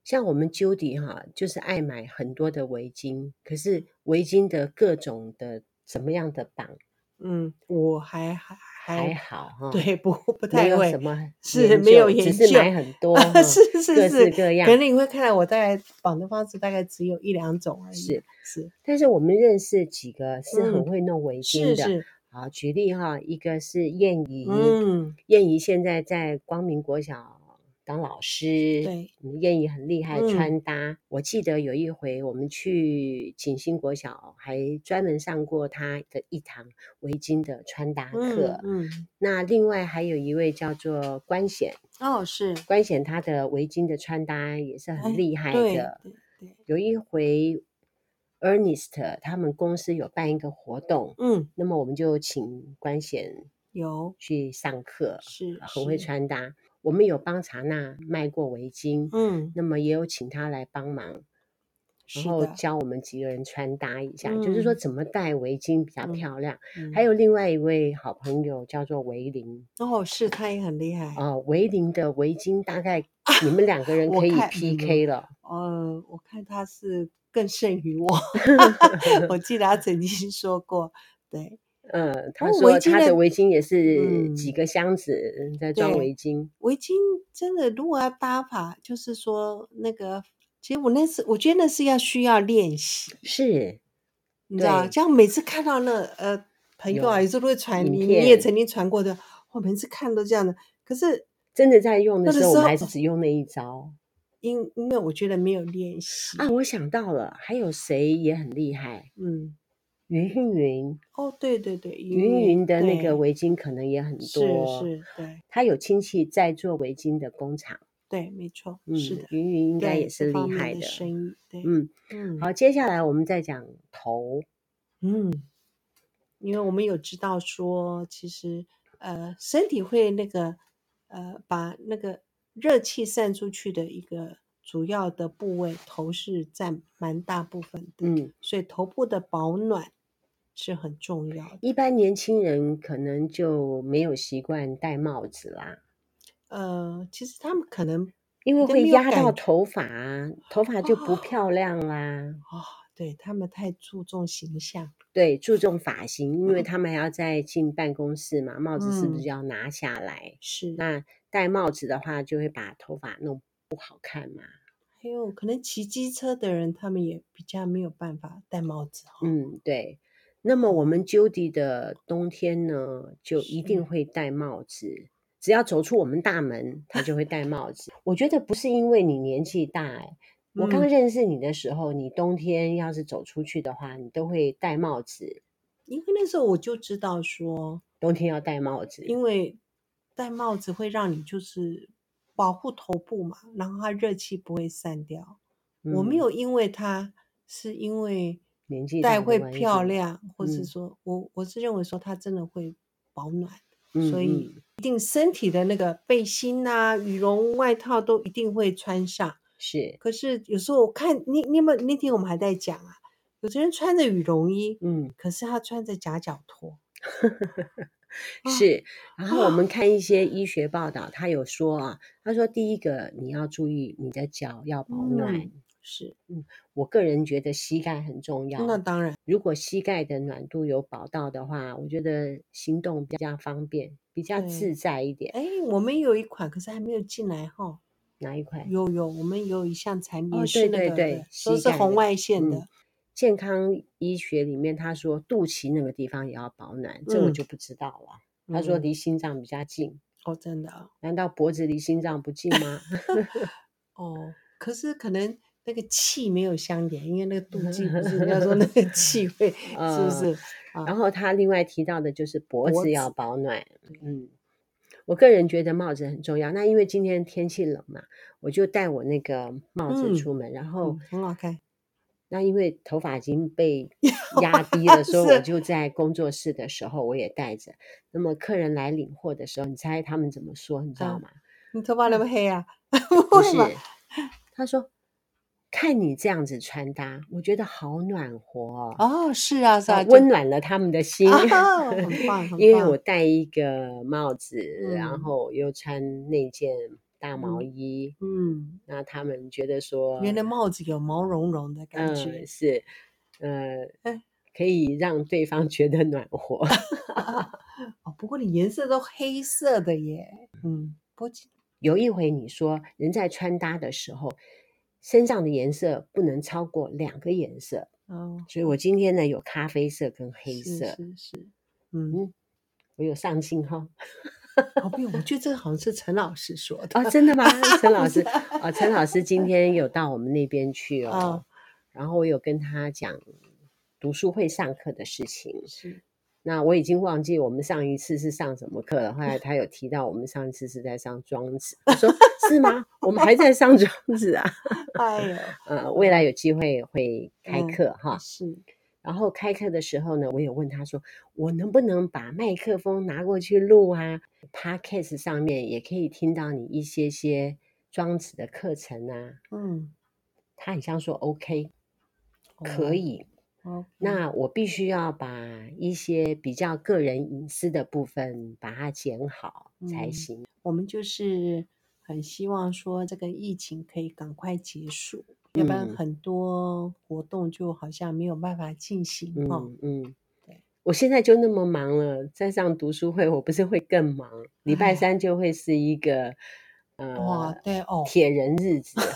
[SPEAKER 1] 像我们 Judy 哈，就是爱买很多的围巾，可是围巾的各种的怎么样的绑
[SPEAKER 2] 嗯，我还还还
[SPEAKER 1] 还好哈，，
[SPEAKER 2] 哎对，不不
[SPEAKER 1] 没
[SPEAKER 2] 太
[SPEAKER 1] 有
[SPEAKER 2] 会
[SPEAKER 1] 什，么
[SPEAKER 2] 是没有研
[SPEAKER 1] 只是
[SPEAKER 2] 究
[SPEAKER 1] 买很 多哈，
[SPEAKER 2] 啊，是
[SPEAKER 1] 各
[SPEAKER 2] 是
[SPEAKER 1] 式
[SPEAKER 2] 是，
[SPEAKER 1] 各样
[SPEAKER 2] 可。能你会看到我大概绑的方式大概只有一两种而已，
[SPEAKER 1] 是
[SPEAKER 2] 是
[SPEAKER 1] 但是我们认识几个是很
[SPEAKER 2] 嗯
[SPEAKER 1] 会弄围巾
[SPEAKER 2] 是
[SPEAKER 1] 的，
[SPEAKER 2] 是，
[SPEAKER 1] 好，举例哈，一个是燕姨，
[SPEAKER 2] 嗯，
[SPEAKER 1] 燕姨现在在光明国小当老师，
[SPEAKER 2] 对
[SPEAKER 1] 嗯，燕姨很厉害，
[SPEAKER 2] 嗯
[SPEAKER 1] 穿搭。我记得有一回我们去景星国小，还专门上过她的一堂围巾的穿搭
[SPEAKER 2] 嗯
[SPEAKER 1] 课。
[SPEAKER 2] 嗯，
[SPEAKER 1] 那另外还有一位叫做关显，
[SPEAKER 2] 哦是，
[SPEAKER 1] 关显她的围巾的穿搭也是
[SPEAKER 2] 哎
[SPEAKER 1] 很厉害
[SPEAKER 2] 对
[SPEAKER 1] 的。
[SPEAKER 2] 对对，
[SPEAKER 1] 有一回，Ernest 他们公司有办一个活动，
[SPEAKER 2] 嗯，
[SPEAKER 1] 那么我们就请关显
[SPEAKER 2] 有
[SPEAKER 1] 去上课，
[SPEAKER 2] 是
[SPEAKER 1] 很会
[SPEAKER 2] 是，
[SPEAKER 1] 穿搭。我们有帮查娜卖过围巾，
[SPEAKER 2] 嗯
[SPEAKER 1] 那么也有请她来帮忙，然
[SPEAKER 2] 是
[SPEAKER 1] 后
[SPEAKER 2] 的，
[SPEAKER 1] 教我们几个人穿搭一下，就是说
[SPEAKER 2] 嗯
[SPEAKER 1] 怎么戴围巾比较
[SPEAKER 2] 嗯
[SPEAKER 1] 漂亮。
[SPEAKER 2] 嗯
[SPEAKER 1] 还有另外一位好朋友叫做维林，
[SPEAKER 2] 哦是，他也很厉害，
[SPEAKER 1] 啊、维林的围巾大 概你们两个人
[SPEAKER 2] 我
[SPEAKER 1] 可以
[SPEAKER 2] 看嗯没有没有
[SPEAKER 1] PK 了。
[SPEAKER 2] 呃，我看他是更胜于 我，我记得他曾经说过，对，
[SPEAKER 1] 嗯，他
[SPEAKER 2] 哦围
[SPEAKER 1] 说
[SPEAKER 2] 巾
[SPEAKER 1] 他
[SPEAKER 2] 的
[SPEAKER 1] 的围巾也是几
[SPEAKER 2] 嗯
[SPEAKER 1] 个箱子在装
[SPEAKER 2] 对
[SPEAKER 1] 围巾，
[SPEAKER 2] 围巾真的，如果要搭法，就是说那个，其实我那次我觉得那是要需要练习，
[SPEAKER 1] 是
[SPEAKER 2] 你知道吗，
[SPEAKER 1] 对
[SPEAKER 2] 这样每次看到那呃朋友啊，
[SPEAKER 1] 有
[SPEAKER 2] 有时候都会传
[SPEAKER 1] 影
[SPEAKER 2] 你，你也
[SPEAKER 1] 片
[SPEAKER 2] 曾经传过的，我每次看都这样的。可是
[SPEAKER 1] 真的在用的
[SPEAKER 2] 那
[SPEAKER 1] 时
[SPEAKER 2] 个
[SPEAKER 1] 候，我
[SPEAKER 2] 时
[SPEAKER 1] 们
[SPEAKER 2] 候
[SPEAKER 1] 还是只用那一招
[SPEAKER 2] 因因
[SPEAKER 1] 啊
[SPEAKER 2] 为我觉得没有练习，
[SPEAKER 1] 啊。我想到了，还有谁也很厉害，
[SPEAKER 2] 嗯，
[SPEAKER 1] 云云
[SPEAKER 2] 哦，对对对，
[SPEAKER 1] 云
[SPEAKER 2] 云
[SPEAKER 1] 云的那个
[SPEAKER 2] 对
[SPEAKER 1] 围巾可能也很
[SPEAKER 2] 是
[SPEAKER 1] 多，
[SPEAKER 2] 是，对
[SPEAKER 1] 他有亲戚在做围巾的工厂，
[SPEAKER 2] 对，没错，
[SPEAKER 1] 嗯，
[SPEAKER 2] 是的，
[SPEAKER 1] 云云应该
[SPEAKER 2] 对
[SPEAKER 1] 也
[SPEAKER 2] 这
[SPEAKER 1] 是
[SPEAKER 2] 方
[SPEAKER 1] 厉
[SPEAKER 2] 面
[SPEAKER 1] 害
[SPEAKER 2] 的生意，对，
[SPEAKER 1] 嗯，
[SPEAKER 2] 嗯
[SPEAKER 1] 好，接下来我们再讲头，
[SPEAKER 2] 嗯，因为我们有知道说，其实呃，身体会那个呃，把那个热气散出去的一个主要的部位，头是占蛮大部分的，
[SPEAKER 1] 嗯，
[SPEAKER 2] 所以头部的保暖是很重要的。
[SPEAKER 1] 一般年轻人可能就没有习惯戴帽子啦，
[SPEAKER 2] 呃，其实他们可能
[SPEAKER 1] 因为
[SPEAKER 2] 都
[SPEAKER 1] 会
[SPEAKER 2] 没有
[SPEAKER 1] 压到
[SPEAKER 2] 感
[SPEAKER 1] 头发啊，头发就不
[SPEAKER 2] 哦
[SPEAKER 1] 漂亮啦。
[SPEAKER 2] 啊、对他们太注重形象，
[SPEAKER 1] 对，注重发型，因为他们还要再进办公室嘛，帽子是不
[SPEAKER 2] 嗯
[SPEAKER 1] 是要拿下来？
[SPEAKER 2] 是
[SPEAKER 1] 那戴帽子的话，就会把头发弄不好看嘛。
[SPEAKER 2] 还有可能骑机车的人，他们也比较没有办法戴帽子哈、
[SPEAKER 1] 嗯，对。那么我们 Judy 的冬天呢，就一定
[SPEAKER 2] 是
[SPEAKER 1] 会戴帽子。只要走出我们大门，他就会戴帽子。我觉得不是因为你年纪大、欸，我刚
[SPEAKER 2] 嗯
[SPEAKER 1] 认识你的时候，你冬天要是走出去的话，你都会戴帽子。
[SPEAKER 2] 因为那时候我就知道说，
[SPEAKER 1] 冬天要戴帽子，
[SPEAKER 2] 因为戴帽子会让你就是保护头部嘛，然后它热气不会散掉。我没
[SPEAKER 1] 嗯
[SPEAKER 2] 有因为它是因为
[SPEAKER 1] 年纪大
[SPEAKER 2] 戴
[SPEAKER 1] 的
[SPEAKER 2] 会
[SPEAKER 1] 关系
[SPEAKER 2] 漂亮，或是
[SPEAKER 1] 嗯
[SPEAKER 2] 说我我是认为说它真的会保暖，
[SPEAKER 1] 嗯
[SPEAKER 2] 所
[SPEAKER 1] 嗯
[SPEAKER 2] 以一定身体的那个背心呐、羽绒外套都一定会穿上。
[SPEAKER 1] 是，
[SPEAKER 2] 可是有时候我看你你们那天我们还在讲啊，有的人穿着羽绒衣，
[SPEAKER 1] 嗯
[SPEAKER 2] 可是他穿着夹脚 拖，啊
[SPEAKER 1] 是。然后我
[SPEAKER 2] 啊
[SPEAKER 1] 们看一些医学报道，他有说啊，他说第一个你要注意你的脚要保暖，
[SPEAKER 2] 嗯，是，
[SPEAKER 1] 我个人觉得膝盖很重要。
[SPEAKER 2] 那当然，
[SPEAKER 1] 如果膝盖的暖度有保到的话，我觉得行动比较方便，比较
[SPEAKER 2] 对
[SPEAKER 1] 自在一点。
[SPEAKER 2] 哎，我们有一款，可是还没有进来哈，
[SPEAKER 1] 哪一块？
[SPEAKER 2] 有有，我们有一项产
[SPEAKER 1] 哦，
[SPEAKER 2] 品
[SPEAKER 1] 对
[SPEAKER 2] 是那
[SPEAKER 1] 对
[SPEAKER 2] 个
[SPEAKER 1] 对
[SPEAKER 2] 的，，都
[SPEAKER 1] 膝
[SPEAKER 2] 是
[SPEAKER 1] 盖
[SPEAKER 2] 红
[SPEAKER 1] 的
[SPEAKER 2] 外线
[SPEAKER 1] 嗯
[SPEAKER 2] 的，
[SPEAKER 1] 健康医学里面，他说肚脐那个地方也要保暖，这我
[SPEAKER 2] 嗯
[SPEAKER 1] 就不知道了。他说离
[SPEAKER 2] 嗯
[SPEAKER 1] 心脏比较近，
[SPEAKER 2] 哦，真的啊
[SPEAKER 1] 难道脖子离心脏不近 吗？
[SPEAKER 2] 哦，可是可能那个气没有相连，因 为那个肚脐不是人家说那个气会是不
[SPEAKER 1] 呃
[SPEAKER 2] 是啊？
[SPEAKER 1] 然后他另外提到的就是脖
[SPEAKER 2] 脖
[SPEAKER 1] 子要
[SPEAKER 2] 子
[SPEAKER 1] 保暖，
[SPEAKER 2] 对
[SPEAKER 1] 嗯，我个人觉得帽子很重要。那因为今天天气冷嘛，我就戴我那个帽子
[SPEAKER 2] 嗯
[SPEAKER 1] 出门，然后
[SPEAKER 2] 嗯，很好看，
[SPEAKER 1] 那因为头发已经 被压低了，
[SPEAKER 2] 是
[SPEAKER 1] 所以我就在工作室的时候我也戴着。那么客人来领货的时候，你猜他们怎么说？你知道
[SPEAKER 2] 嗯
[SPEAKER 1] 吗？
[SPEAKER 2] 你头发那么黑啊？
[SPEAKER 1] 不
[SPEAKER 2] 不会
[SPEAKER 1] 是
[SPEAKER 2] 吧？，
[SPEAKER 1] 他说看你这样子穿搭，我觉得好暖和哦。
[SPEAKER 2] 哦，是啊，是
[SPEAKER 1] 啊
[SPEAKER 2] 啊，就
[SPEAKER 1] 温暖了他们的心。
[SPEAKER 2] 啊，很棒，很
[SPEAKER 1] 因为我
[SPEAKER 2] 棒，
[SPEAKER 1] 戴一个帽子，然
[SPEAKER 2] 嗯
[SPEAKER 1] 后又穿那件大毛衣，
[SPEAKER 2] 嗯，
[SPEAKER 1] 那他们觉得说，
[SPEAKER 2] 原来帽子有毛茸茸的感
[SPEAKER 1] 嗯、
[SPEAKER 2] 觉，
[SPEAKER 1] 是，呃
[SPEAKER 2] 哎，
[SPEAKER 1] 可以让对方觉得暖和。 嗯
[SPEAKER 2] 哦，不过你颜色都黑色的耶，嗯，不过其
[SPEAKER 1] 有一回你说，人在穿搭的时候，身上的颜色不能超过两个颜色，
[SPEAKER 2] 哦，
[SPEAKER 1] 所以我今天呢有咖啡色跟黑
[SPEAKER 2] 是
[SPEAKER 1] 色，
[SPEAKER 2] 是是，嗯，
[SPEAKER 1] 我有上镜哈、
[SPEAKER 2] 哦，不，我觉得这个好像是陈老师说 的，
[SPEAKER 1] 哦，真的吗？陈老
[SPEAKER 2] 不
[SPEAKER 1] 师
[SPEAKER 2] 是
[SPEAKER 1] 哦，陈老师今天有到我们那边去哦
[SPEAKER 2] 啊，，
[SPEAKER 1] 然后我有跟他讲读书会上课的事情。
[SPEAKER 2] 是
[SPEAKER 1] 那我已经忘记我们上一次是上什么课了。后来他有提到我们上一次是在上庄子，我说是吗？我们还在上庄子啊？
[SPEAKER 2] 哎呦，
[SPEAKER 1] 呃，未来有机会会开
[SPEAKER 2] 嗯
[SPEAKER 1] 课哈。
[SPEAKER 2] 是，
[SPEAKER 1] 然后开课的时候呢，我有问他说，我能不能把麦克风拿过去录啊？Podcast 上面也可以听到你一些些庄子的课程啊。
[SPEAKER 2] 嗯，
[SPEAKER 1] 他很像说 OK，
[SPEAKER 2] 哦嗯
[SPEAKER 1] 可以。
[SPEAKER 2] ，OK，
[SPEAKER 1] 那我必须要把一些比较个人隐私的部分把它剪好才
[SPEAKER 2] 嗯
[SPEAKER 1] 行。
[SPEAKER 2] 我们就是很希望说这个疫情可以赶快结束，要不然
[SPEAKER 1] 嗯
[SPEAKER 2] 很多活动就好像没有办法进行
[SPEAKER 1] 嗯
[SPEAKER 2] 哦。
[SPEAKER 1] 嗯
[SPEAKER 2] 对，
[SPEAKER 1] 我现在就那么忙了，再上读书会，我不是会更忙？礼 拜
[SPEAKER 2] 哎
[SPEAKER 1] 三就会是一个
[SPEAKER 2] 哇，
[SPEAKER 1] 呃
[SPEAKER 2] 对哦，
[SPEAKER 1] 铁人日子。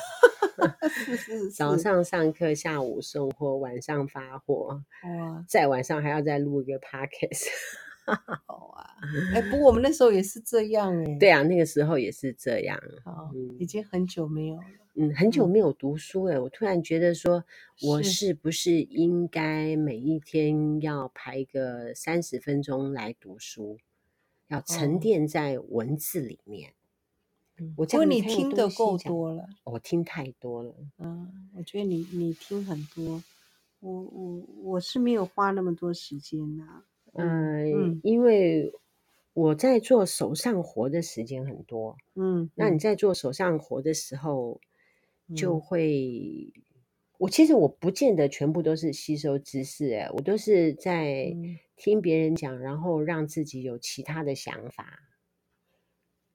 [SPEAKER 2] 是是
[SPEAKER 1] 早
[SPEAKER 2] 是，
[SPEAKER 1] 上上课，下午送货，晚上发货，
[SPEAKER 2] 哇，
[SPEAKER 1] 再晚上还要再录一个 podcast。
[SPEAKER 2] 好啊，哎，不过我们那时候也是这样哎、
[SPEAKER 1] 对啊，那个时候也是这样。
[SPEAKER 2] 哦，
[SPEAKER 1] 嗯
[SPEAKER 2] 已经很久没有了。
[SPEAKER 1] 嗯，很久
[SPEAKER 2] 嗯
[SPEAKER 1] 没有读书哎、我突然觉得说，我
[SPEAKER 2] 是
[SPEAKER 1] 是不是应该每一天要排个三十分钟来读书，要沉
[SPEAKER 2] 哦
[SPEAKER 1] 淀在文字里面？
[SPEAKER 2] 嗯
[SPEAKER 1] 我
[SPEAKER 2] 不
[SPEAKER 1] 这
[SPEAKER 2] 过
[SPEAKER 1] 样
[SPEAKER 2] 你
[SPEAKER 1] 才有
[SPEAKER 2] 听
[SPEAKER 1] 东
[SPEAKER 2] 得
[SPEAKER 1] 西
[SPEAKER 2] 够
[SPEAKER 1] 讲
[SPEAKER 2] 多了，
[SPEAKER 1] 我听太多了，
[SPEAKER 2] 嗯，我觉得你你听很多，我我我是没有花那么多时间呐、嗯
[SPEAKER 1] 嗯、
[SPEAKER 2] 嗯
[SPEAKER 1] 因为我在做手上活的时间很多，
[SPEAKER 2] 嗯，
[SPEAKER 1] 那你
[SPEAKER 2] 嗯
[SPEAKER 1] 在做手上活的时候，就
[SPEAKER 2] 嗯
[SPEAKER 1] 会，我其实我不见得全部都是吸收知识、欸，我都是在
[SPEAKER 2] 嗯，
[SPEAKER 1] 听别人讲，然后让自己有其他的想法，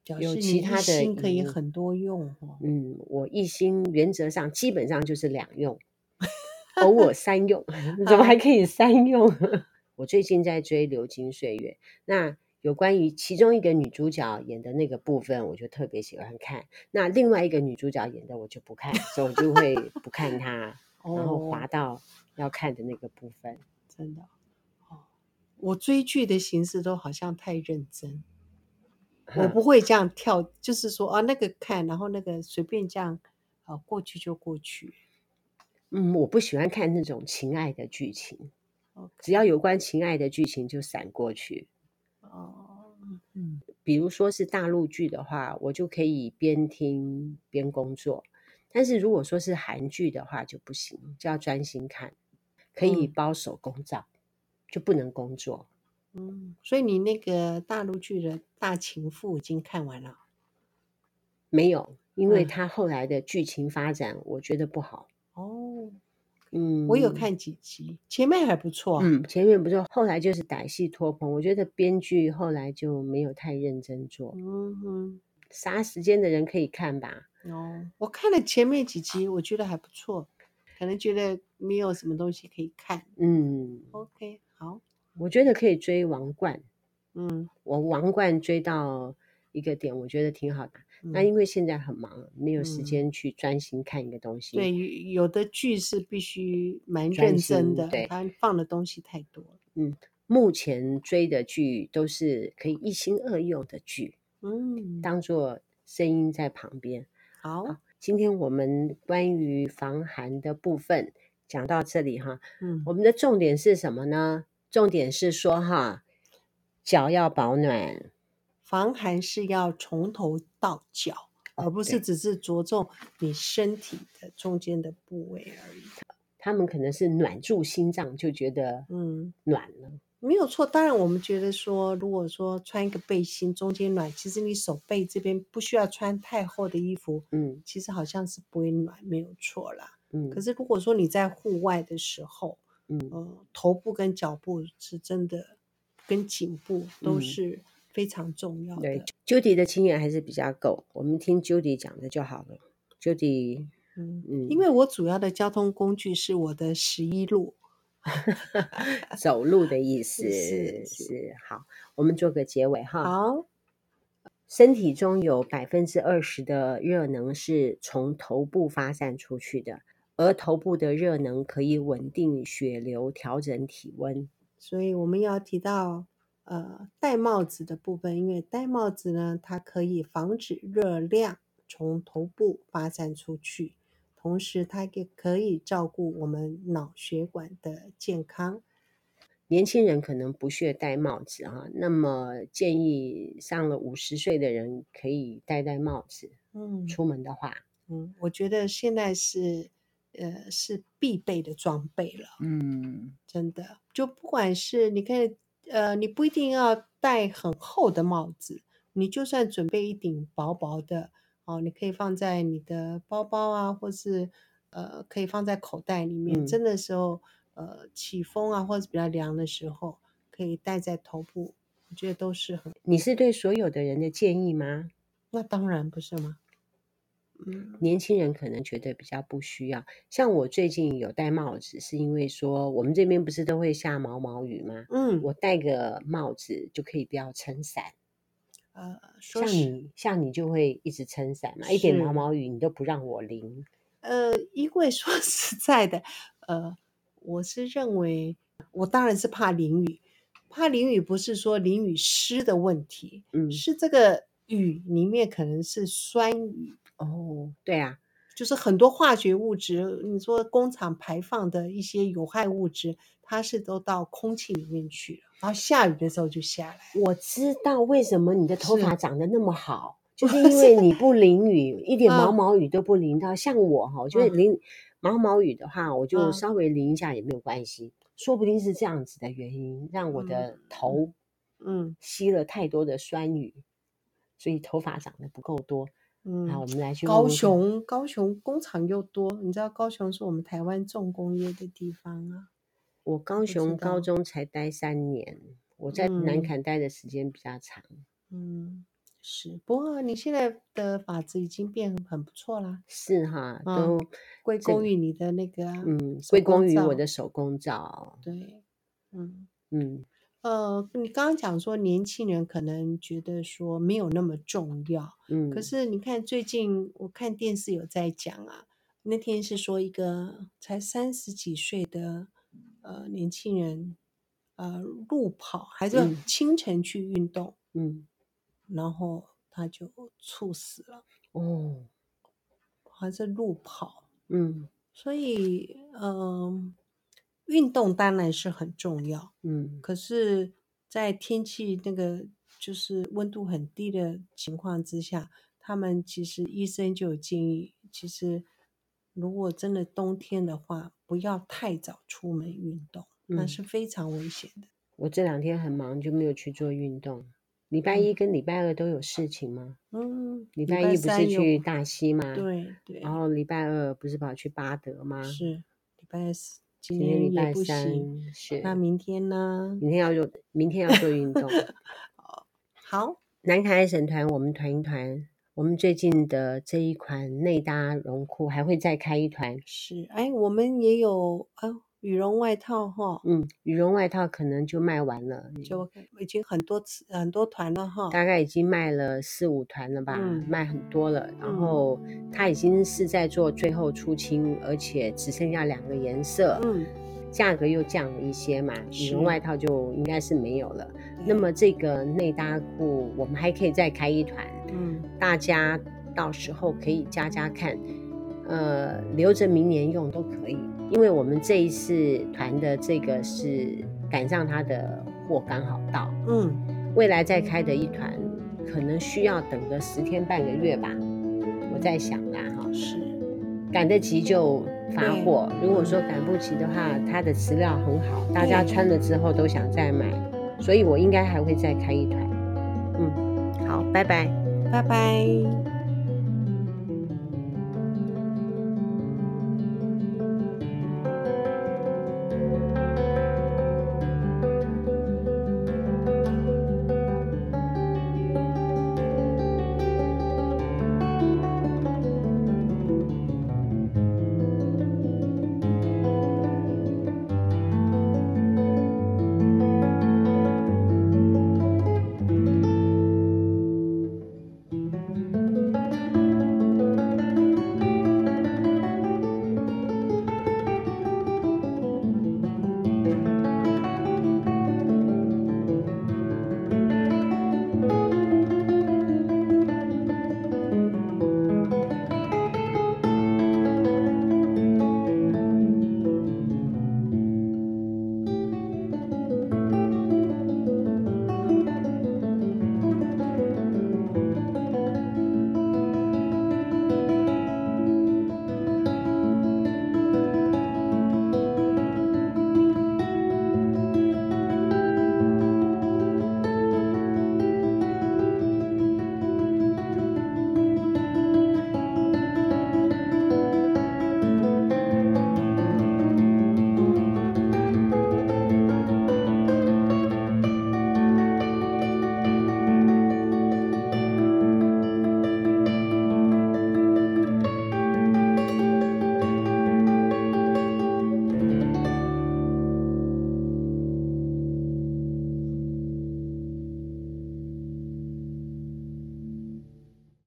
[SPEAKER 2] 表
[SPEAKER 1] 有
[SPEAKER 2] 示
[SPEAKER 1] 其
[SPEAKER 2] 你一
[SPEAKER 1] 他的
[SPEAKER 2] 心可以
[SPEAKER 1] 疑，
[SPEAKER 2] 很多用哦。
[SPEAKER 1] 嗯，我一心原则上基本上就是两用，偶尔三用， 怎么还
[SPEAKER 2] 啊，
[SPEAKER 1] 可以三用？ 我最近在追《流金岁月》，那有关于其中一个女主角演的那个部分，我就特别喜欢看。那另外一个女主角演的我就不看，所以我就会不看她，然后
[SPEAKER 2] 哦，
[SPEAKER 1] 滑到要看的那个部分。
[SPEAKER 2] 真的哦，我追剧的形式都好像太 认真，我
[SPEAKER 1] 哼，
[SPEAKER 2] 不会这样跳，就是说啊，那个看，然后那个随便这样，啊，过去就过去。
[SPEAKER 1] 嗯，我不喜欢看那种情爱的剧情，只
[SPEAKER 2] OK，
[SPEAKER 1] 要有关情爱的剧情就闪过去。
[SPEAKER 2] 哦，嗯
[SPEAKER 1] 比如说是大陆剧的话，我就可以边听边工作；但是如果说是韩剧的话就不行，就要专心看，可以
[SPEAKER 2] 嗯
[SPEAKER 1] 包手工皂，就不能工作。
[SPEAKER 2] 嗯，所以你那个大陆剧的《大情妇》已经看完了，
[SPEAKER 1] 没有，因为
[SPEAKER 2] 嗯，
[SPEAKER 1] 它后来的剧情发展，我觉得不好。
[SPEAKER 2] 哦，我有
[SPEAKER 1] 嗯
[SPEAKER 2] 看几集，前面还不错啊，
[SPEAKER 1] 嗯，前面不是，后来就是歹戏拖棚，我觉得编剧后来就没有太认真做。
[SPEAKER 2] 嗯哼。
[SPEAKER 1] 杀时间的人可以看吧？
[SPEAKER 2] 哦，我看了前面几集，我觉得还不错，可能觉得没有什么东西可以看。
[SPEAKER 1] 嗯，
[SPEAKER 2] OK，好，
[SPEAKER 1] 我觉得可以追王冠。
[SPEAKER 2] 嗯
[SPEAKER 1] 我王冠追到一个点，我觉得挺好的。那
[SPEAKER 2] 嗯
[SPEAKER 1] 因为现在很忙，没有时
[SPEAKER 2] 嗯，
[SPEAKER 1] 间去专心看一个东西，
[SPEAKER 2] 对，有有的剧是必须蛮
[SPEAKER 1] 专
[SPEAKER 2] 认真
[SPEAKER 1] 心
[SPEAKER 2] 的，
[SPEAKER 1] 对，
[SPEAKER 2] 它放的东西太多了。
[SPEAKER 1] 嗯，目前追的剧都是可以一心二用的剧，
[SPEAKER 2] 嗯，
[SPEAKER 1] 当做声音在旁边。
[SPEAKER 2] 好，
[SPEAKER 1] 好，今天我们关于防寒的部分讲到这里哈，
[SPEAKER 2] 嗯，
[SPEAKER 1] 我们的重点是什么呢？重点是说哈，脚要保暖
[SPEAKER 2] 防寒是要从头到脚，而
[SPEAKER 1] 哦，
[SPEAKER 2] 不是
[SPEAKER 1] 对。
[SPEAKER 2] 只是着重你身体的中间的部位而已。
[SPEAKER 1] 他们可能是暖住心脏，就觉得
[SPEAKER 2] 嗯。
[SPEAKER 1] 暖了。
[SPEAKER 2] 没有错，当然我们觉得说，如果说穿一个背心，中间暖，其实你手背这边不需要穿太厚的衣服，
[SPEAKER 1] 嗯
[SPEAKER 2] 其实好像是不会暖，没有错啦。可
[SPEAKER 1] 嗯
[SPEAKER 2] 是如果说你在户外的时候，
[SPEAKER 1] 嗯
[SPEAKER 2] 呃，头部跟脚部是真的，跟颈部都
[SPEAKER 1] 嗯，
[SPEAKER 2] 是非常重要
[SPEAKER 1] 对
[SPEAKER 2] 的。
[SPEAKER 1] ，Judy 的经验还是比较够，我们听 Judy 讲的就好了。Judy，
[SPEAKER 2] 嗯，
[SPEAKER 1] 嗯，
[SPEAKER 2] 因为我主要的交通工具是我的十一路，
[SPEAKER 1] 走路的意思
[SPEAKER 2] 是是是，
[SPEAKER 1] 是好，我们做个结尾哈。
[SPEAKER 2] 好，
[SPEAKER 1] 身体中有百分之二十的热能是从头部发散出去的，而头部的热能可以稳定血流，调整体温。
[SPEAKER 2] 所以我们要提到呃戴帽子的部分，因为戴帽子呢，它可以防止热量从头部发散出去，同时它也可以照顾我们脑血管的健康。
[SPEAKER 1] 年轻人可能不屑戴帽子啊，那么建议上了五十岁的人可以戴戴帽子，
[SPEAKER 2] 嗯
[SPEAKER 1] 出门的话，
[SPEAKER 2] 嗯，我觉得现在是呃是必备的装备了。
[SPEAKER 1] 嗯，
[SPEAKER 2] 真的，就不管是你看，呃，你不一定要戴很厚的帽子，你就算准备一顶薄薄的哦，你可以放在你的包包啊，或是呃，可以放在口袋里面。
[SPEAKER 1] 嗯
[SPEAKER 2] 真的时候，呃，起风啊，或者比较凉的时候，可以戴在头部，我觉得都是很。
[SPEAKER 1] 你是对所有的人的建议吗？
[SPEAKER 2] 那当然不是吗？嗯
[SPEAKER 1] 年轻人可能觉得比较不需要，像我最近有戴帽子，是因为说我们这边不是都会下毛毛雨吗？
[SPEAKER 2] 嗯，
[SPEAKER 1] 我戴个帽子就可以不要撑伞，
[SPEAKER 2] 呃，说
[SPEAKER 1] 像
[SPEAKER 2] 是
[SPEAKER 1] 你像你就会一直撑伞嘛，一点毛
[SPEAKER 2] 是。
[SPEAKER 1] 毛雨你都不让我淋，
[SPEAKER 2] 呃，因为说实在的，呃，我是认为，我当然是怕淋雨，怕淋雨不是说淋雨湿的问题，
[SPEAKER 1] 嗯
[SPEAKER 2] 是这个雨里面可能是酸雨，
[SPEAKER 1] 哦，对啊，
[SPEAKER 2] 就是很多化学物质，你说工厂排放的一些有害物质，它是都到空气里面去了，然后下雨的时候就下来。
[SPEAKER 1] 我知道为什么你的头
[SPEAKER 2] 是
[SPEAKER 1] 发长得那么好，就是因为你不淋雨，一点毛
[SPEAKER 2] 嗯
[SPEAKER 1] 毛雨都不淋到。像我哈，我觉得
[SPEAKER 2] 嗯
[SPEAKER 1] 淋毛毛雨的话，我就
[SPEAKER 2] 嗯
[SPEAKER 1] 稍微淋一下也没有关系。说不定是这样子的原因，让我的头
[SPEAKER 2] 嗯
[SPEAKER 1] 吸了太多的酸雨，所以头发长得不够多。
[SPEAKER 2] 嗯，
[SPEAKER 1] 好，我们来去问
[SPEAKER 2] 高
[SPEAKER 1] 问看
[SPEAKER 2] 雄，高雄工厂又多，你知道高雄是我们台湾重工业的地方啊。
[SPEAKER 1] 我高
[SPEAKER 2] 不知
[SPEAKER 1] 雄高
[SPEAKER 2] 道
[SPEAKER 1] 中才待三年，我在南
[SPEAKER 2] 嗯
[SPEAKER 1] 坎待的时间比较长。
[SPEAKER 2] 嗯，是。不过你现在的法子已经变很不错啦，
[SPEAKER 1] 是哈，
[SPEAKER 2] 嗯
[SPEAKER 1] 都
[SPEAKER 2] 归
[SPEAKER 1] 这
[SPEAKER 2] 功
[SPEAKER 1] 个
[SPEAKER 2] 于你的那个啊、
[SPEAKER 1] 嗯，
[SPEAKER 2] 手
[SPEAKER 1] 归功
[SPEAKER 2] 工
[SPEAKER 1] 于我
[SPEAKER 2] 皂
[SPEAKER 1] 的手工皂。
[SPEAKER 2] 对，嗯。
[SPEAKER 1] 嗯，
[SPEAKER 2] 呃，你刚刚讲说年轻人可能觉得说没有那么重要，
[SPEAKER 1] 嗯，
[SPEAKER 2] 可是你看最近我看电视有在讲啊，那天是说一个才三十几岁的呃年轻人，呃路跑还是要
[SPEAKER 1] 嗯
[SPEAKER 2] 清晨去运动，
[SPEAKER 1] 嗯
[SPEAKER 2] 然后他就猝死了，
[SPEAKER 1] 哦
[SPEAKER 2] 还是路跑，
[SPEAKER 1] 嗯
[SPEAKER 2] 所以嗯、运动当然是很重要，
[SPEAKER 1] 嗯
[SPEAKER 2] 可是，在天气那个就是温度很低的情况之下，他们其实医生就有建议，其实如果真的冬天的话，不要太早出门运动，那
[SPEAKER 1] 嗯
[SPEAKER 2] 是非常危险的。
[SPEAKER 1] 我这两天很忙，就没有去做运动。礼拜一跟礼拜二都有事情吗？
[SPEAKER 2] 嗯，
[SPEAKER 1] 礼拜一不是
[SPEAKER 2] 三有
[SPEAKER 1] 去哦大溪吗？。
[SPEAKER 2] 对对
[SPEAKER 1] 然后礼拜二不是跑去巴德吗？
[SPEAKER 2] 是礼拜四，今
[SPEAKER 1] 嗯今天礼
[SPEAKER 2] 天也
[SPEAKER 1] 拜
[SPEAKER 2] 不
[SPEAKER 1] 三
[SPEAKER 2] 行，
[SPEAKER 1] 是。嗯
[SPEAKER 2] 那明天呢？
[SPEAKER 1] 明天要做，明天要做运 动。
[SPEAKER 2] 好，
[SPEAKER 1] 南凯爱省团，我们团一团。我们最近的这一款内搭绒裤还会再开一团，
[SPEAKER 2] 是哎，我们也有啊、哎羽绒外套哈，
[SPEAKER 1] 嗯，羽绒外套可能就卖完了，
[SPEAKER 2] 就已经很多次很多团了哈。
[SPEAKER 1] 大概已经卖了四五团了吧，
[SPEAKER 2] 哦嗯
[SPEAKER 1] 卖很多了。然
[SPEAKER 2] 嗯
[SPEAKER 1] 后它已经是在做最后出清，而且只剩下两个颜色，
[SPEAKER 2] 嗯，
[SPEAKER 1] 价格又降了一些嘛，羽
[SPEAKER 2] 是
[SPEAKER 1] 绒外套就应该是没有了。
[SPEAKER 2] 对
[SPEAKER 1] 那么这个内搭裤，我们还可以再开一团，
[SPEAKER 2] 嗯
[SPEAKER 1] 大家到时候可以加加看，呃，留着明年用都可以，因为我们这一次团的这个是赶上它的货刚好到。
[SPEAKER 2] 嗯，
[SPEAKER 1] 未来再开的一团，可能需要等个十天半个月吧，我在想啦哈，
[SPEAKER 2] 是
[SPEAKER 1] 赶得及就发货，如果说赶不及的话，它的资料很好，大家穿了之后都想再买，所以我应该还会再开一团，嗯，好，拜拜。
[SPEAKER 2] 拜拜。